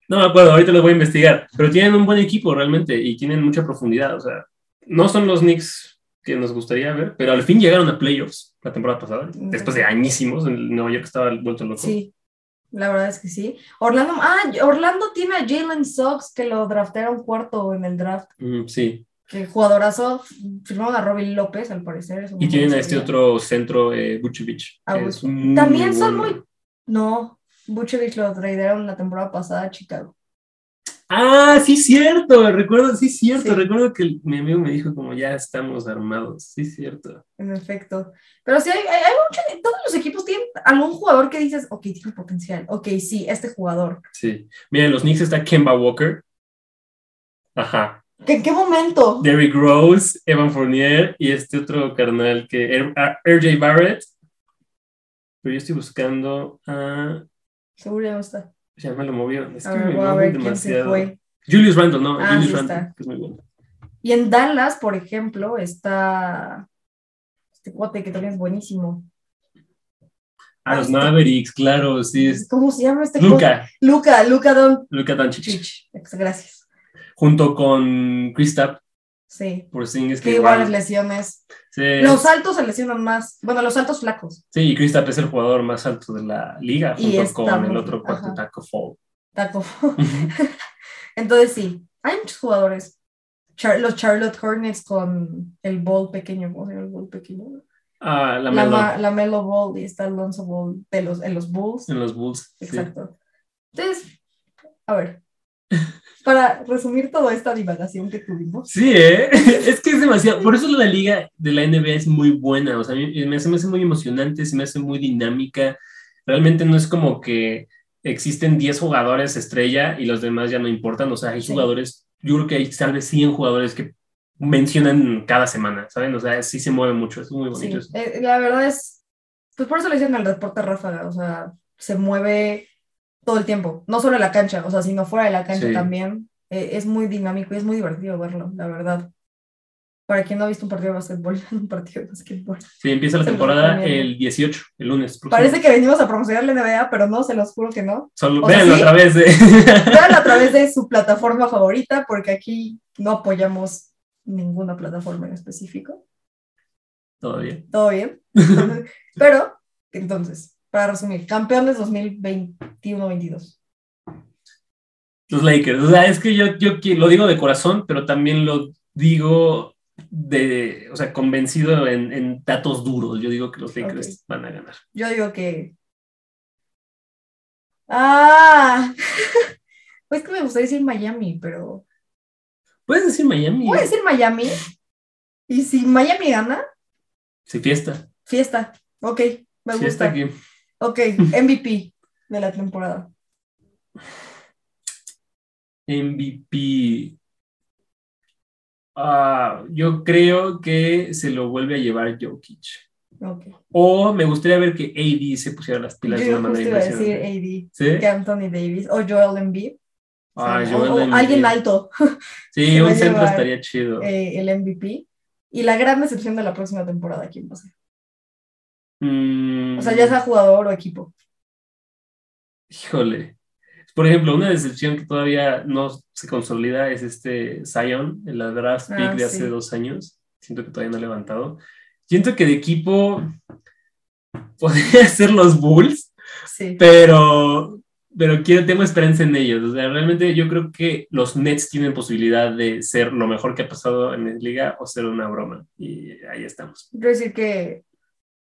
[SPEAKER 1] No me acuerdo, ahorita lo voy a investigar. Pero tienen un buen equipo realmente y tienen mucha profundidad. O sea, no son los Knicks que nos gustaría ver, pero al fin llegaron a playoffs la temporada pasada. Después de añísimos, en Nueva York estaba vuelto loco.
[SPEAKER 2] Mm. Sí, la verdad es que sí. Orlando, ah, Orlando tiene a Jalen Sox, que lo draftearon cuarto en el draft,
[SPEAKER 1] Mm, sí.
[SPEAKER 2] que jugadorazo, firmaron a Robin López, al parecer. eso
[SPEAKER 1] Y
[SPEAKER 2] no
[SPEAKER 1] tienen
[SPEAKER 2] lo
[SPEAKER 1] a este
[SPEAKER 2] sabía.
[SPEAKER 1] otro centro, eh, Vucevic,
[SPEAKER 2] Ah,
[SPEAKER 1] que
[SPEAKER 2] Vuce-
[SPEAKER 1] es muy
[SPEAKER 2] También son
[SPEAKER 1] bueno.
[SPEAKER 2] muy... No, Vucevic lo tradearon la temporada pasada a Chicago.
[SPEAKER 1] Ah, sí, cierto. Recuerdo, sí, cierto.
[SPEAKER 2] Sí.
[SPEAKER 1] Recuerdo que el- mi amigo me dijo, como ya estamos armados. Sí, cierto.
[SPEAKER 2] En efecto. Pero sí, hay, hay, hay mucho- todos los equipos tienen algún jugador que dices, ok, tiene potencial, ok, sí, este jugador.
[SPEAKER 1] Sí. Miren, los Knicks está Kemba Walker. Ajá.
[SPEAKER 2] ¿Que ¿En qué momento?
[SPEAKER 1] Derrick Rose, Evan Fournier y este otro carnal que R- a- RJ Barrett. Pero yo estoy buscando a.
[SPEAKER 2] Seguro ya no está.
[SPEAKER 1] Ya me lo movieron. Es
[SPEAKER 2] A
[SPEAKER 1] que
[SPEAKER 2] ver,
[SPEAKER 1] me
[SPEAKER 2] voy a
[SPEAKER 1] mueven
[SPEAKER 2] ver quién se
[SPEAKER 1] demasiado.
[SPEAKER 2] fue.
[SPEAKER 1] Julius Randle, no.
[SPEAKER 2] Ah,
[SPEAKER 1] Julius
[SPEAKER 2] sí
[SPEAKER 1] Randle,
[SPEAKER 2] está.
[SPEAKER 1] que es muy bueno.
[SPEAKER 2] Y en Dallas, por ejemplo, está este cuate que también es buenísimo.
[SPEAKER 1] A
[SPEAKER 2] Ah,
[SPEAKER 1] los
[SPEAKER 2] está.
[SPEAKER 1] Mavericks, claro, sí. Es...
[SPEAKER 2] ¿Cómo se llama este cuate?
[SPEAKER 1] Luca,
[SPEAKER 2] Luca, Luca Don
[SPEAKER 1] Luca Doncic.
[SPEAKER 2] Chich. Gracias.
[SPEAKER 1] Junto con Kristaps
[SPEAKER 2] Sí.
[SPEAKER 1] Porzingis.
[SPEAKER 2] Que igual las lesiones.
[SPEAKER 1] Sí,
[SPEAKER 2] Los altos se lesionan más. Bueno, los altos flacos.
[SPEAKER 1] sí, y Kristaps es el jugador más alto de la liga,
[SPEAKER 2] Y
[SPEAKER 1] junto
[SPEAKER 2] está
[SPEAKER 1] con el
[SPEAKER 2] muy-
[SPEAKER 1] otro cuarto,
[SPEAKER 2] ajá.
[SPEAKER 1] Taco Fall.
[SPEAKER 2] Taco. Entonces sí, hay muchos jugadores. Char- los Charlotte Hornets con el ball pequeño, ¿cómo se llama el ball pequeño?
[SPEAKER 1] Ah, la
[SPEAKER 2] La,
[SPEAKER 1] Melo
[SPEAKER 2] Ma- la Melo Ball y está Alonso Ball de los, en los Bulls.
[SPEAKER 1] en los Bulls. sí.
[SPEAKER 2] Exacto. Entonces, a ver, para resumir toda esta divagación que tuvimos,
[SPEAKER 1] Sí, ¿eh? es que es demasiado. Por eso la liga de la NBA es muy buena. O sea, a mí eh, me hace, me hace muy emocionante, se me hace muy dinámica. Realmente no es como que existen 10 jugadores estrella y los demás ya no importan. O sea, hay
[SPEAKER 2] Sí.
[SPEAKER 1] jugadores, yo creo que hay tal vez 100 jugadores que mencionan cada semana, ¿saben? O sea, sí se mueve mucho, es muy
[SPEAKER 2] sí,
[SPEAKER 1] bonito. eso.
[SPEAKER 2] eh, la verdad es, pues por eso le dicen al deporte ráfaga, o sea, se mueve todo el tiempo, no solo en la cancha, o sea, sino fuera de la cancha
[SPEAKER 1] Sí.
[SPEAKER 2] también, Eh, es muy dinámico y es muy divertido verlo, la verdad. Para quien no ha visto un partido de básquetbol, un partido de básquetbol.
[SPEAKER 1] Sí, empieza la
[SPEAKER 2] Se lo
[SPEAKER 1] temporada
[SPEAKER 2] recomiendo.
[SPEAKER 1] el 18, el lunes. próximo.
[SPEAKER 2] Parece que venimos a promocionar la NBA, pero no, se los juro que no.
[SPEAKER 1] Solo,
[SPEAKER 2] o sea,
[SPEAKER 1] véanlo
[SPEAKER 2] sí.
[SPEAKER 1] otra vez. ¿eh?
[SPEAKER 2] Veanlo a través de su plataforma favorita, porque aquí no apoyamos ninguna plataforma en específico.
[SPEAKER 1] Todavía.
[SPEAKER 2] Todo bien. Pero, entonces, para resumir, campeones 2021-22.
[SPEAKER 1] los Lakers. O sea, es que yo, yo que- lo digo de corazón, pero también lo digo de, o sea, convencido en, en datos duros. Yo digo que los Lakers
[SPEAKER 2] Ok.
[SPEAKER 1] van a ganar.
[SPEAKER 2] Yo digo que. ¡Ah! Pues que me gustaría decir Miami, pero.
[SPEAKER 1] Puedes decir Miami.
[SPEAKER 2] Voy a decir Miami. Y si Miami gana,
[SPEAKER 1] Sí, fiesta.
[SPEAKER 2] fiesta. Ok, me
[SPEAKER 1] fiesta
[SPEAKER 2] gusta.
[SPEAKER 1] aquí.
[SPEAKER 2] Ok, MVP de la temporada.
[SPEAKER 1] MVP. Ah, yo creo que se lo vuelve a llevar Jokic.
[SPEAKER 2] Ok.
[SPEAKER 1] O me gustaría ver que AD se pusiera las
[SPEAKER 2] Yo
[SPEAKER 1] pilas de una
[SPEAKER 2] justo
[SPEAKER 1] manera
[SPEAKER 2] iba a decir
[SPEAKER 1] impresionante.
[SPEAKER 2] AD,
[SPEAKER 1] ¿Sí?
[SPEAKER 2] que Anthony Davis o Joel Embiid.
[SPEAKER 1] Ah,
[SPEAKER 2] O-
[SPEAKER 1] Joel
[SPEAKER 2] o
[SPEAKER 1] Embiid.
[SPEAKER 2] Alguien alto,
[SPEAKER 1] Sí,
[SPEAKER 2] se va
[SPEAKER 1] un
[SPEAKER 2] a
[SPEAKER 1] centro
[SPEAKER 2] llevar,
[SPEAKER 1] estaría chido.
[SPEAKER 2] eh, el MVP. Y la gran decepción de la próxima temporada, ¿quién va a ser?
[SPEAKER 1] Mm,
[SPEAKER 2] O sea, ya sea jugador o equipo.
[SPEAKER 1] Híjole. Por ejemplo, una decepción que todavía no se consolida es este Zion, el draft
[SPEAKER 2] Ah,
[SPEAKER 1] pick de
[SPEAKER 2] sí.
[SPEAKER 1] hace dos años. Siento que todavía no ha levantado. Siento que de equipo podría ser los Bulls,
[SPEAKER 2] Sí.
[SPEAKER 1] pero, pero quiero, tengo esperanza en ellos. O sea, realmente yo creo que los Nets tienen posibilidad de ser lo mejor que ha pasado en la liga o ser una broma. Y ahí estamos.
[SPEAKER 2] Quiero decir que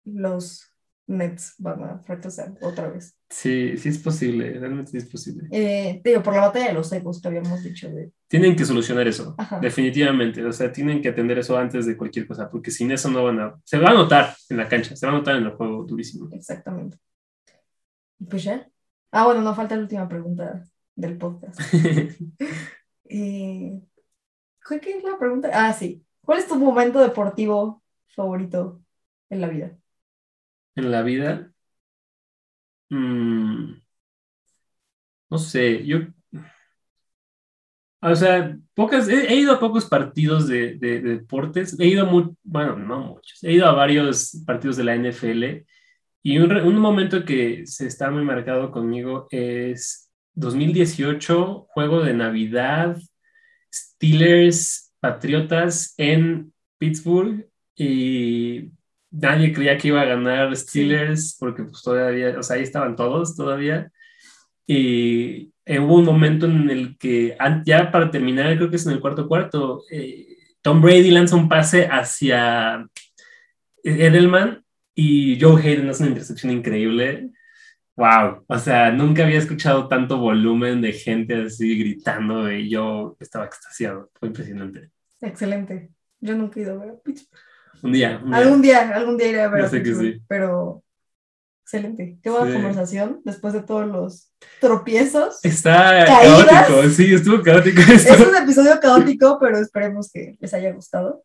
[SPEAKER 2] los Nets van a fracasar otra vez.
[SPEAKER 1] Sí, sí es posible, realmente sí es posible.
[SPEAKER 2] Eh, te digo, por la batalla de los egos que habíamos dicho de.
[SPEAKER 1] Tienen que solucionar eso,
[SPEAKER 2] Ajá.
[SPEAKER 1] definitivamente. O sea, tienen que atender eso antes de cualquier cosa, porque sin eso no van a... Se va a notar en la cancha, se va a notar en el juego durísimo.
[SPEAKER 2] Exactamente. Y Pues ya. Ah, bueno, nos falta la última pregunta del podcast. Eh, ¿cuál- ¿Qué es la pregunta? Ah, sí. ¿Cuál es tu momento deportivo favorito en la vida?
[SPEAKER 1] en la vida... mm, no sé, yo... O sea, pocas, he, he ido a pocos partidos de, de- de deportes, he ido a mu- bueno, no muchos, he ido a varios partidos de la NFL y un, re- un momento que se está muy marcado conmigo es 2018, juego de Navidad, Steelers, Patriotas en Pittsburgh y nadie creía que iba a ganar Steelers porque pues todavía, o sea, ahí estaban todos todavía. Y eh, hubo un momento en el que, an- ya para terminar, creo que es en el cuarto cuarto, eh, Tom Brady lanza un pase hacia Edelman y Joe Hayden hace una intercepción increíble. Wow, o sea, nunca había escuchado tanto volumen de gente así gritando y yo estaba extasiado, fue impresionante.
[SPEAKER 2] Excelente. Yo nunca he ido a ver a Pittsburgh.
[SPEAKER 1] Un día, un día.
[SPEAKER 2] Algún día, algún día iré a ver
[SPEAKER 1] Ya
[SPEAKER 2] a
[SPEAKER 1] sé que
[SPEAKER 2] Pittsburgh,
[SPEAKER 1] sí.
[SPEAKER 2] Pero excelente. Qué buena
[SPEAKER 1] Sí.
[SPEAKER 2] conversación después de todos los tropiezos.
[SPEAKER 1] Está
[SPEAKER 2] ¿Caídas?
[SPEAKER 1] caótico, sí, estuvo caótico esto.
[SPEAKER 2] Es un episodio caótico, pero esperemos que les haya gustado.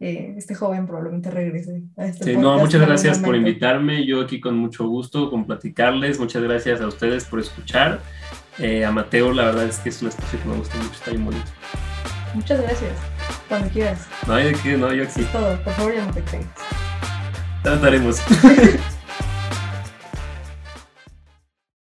[SPEAKER 2] Eh, este joven probablemente regrese a este
[SPEAKER 1] Sí, no,
[SPEAKER 2] podcast en
[SPEAKER 1] muchas
[SPEAKER 2] algún
[SPEAKER 1] gracias por
[SPEAKER 2] momento.
[SPEAKER 1] invitarme. Yo aquí con mucho gusto, con platicarles. Muchas gracias a ustedes por escuchar. Eh, a Mateo, la verdad es que es un espacio que me gusta mucho, está bien bonito.
[SPEAKER 2] Muchas gracias. Cuando quieras.
[SPEAKER 1] No hay de qué, no, yo
[SPEAKER 2] Eso
[SPEAKER 1] aquí
[SPEAKER 2] es todo. Por favor, ya no te caigas.
[SPEAKER 1] trataremos.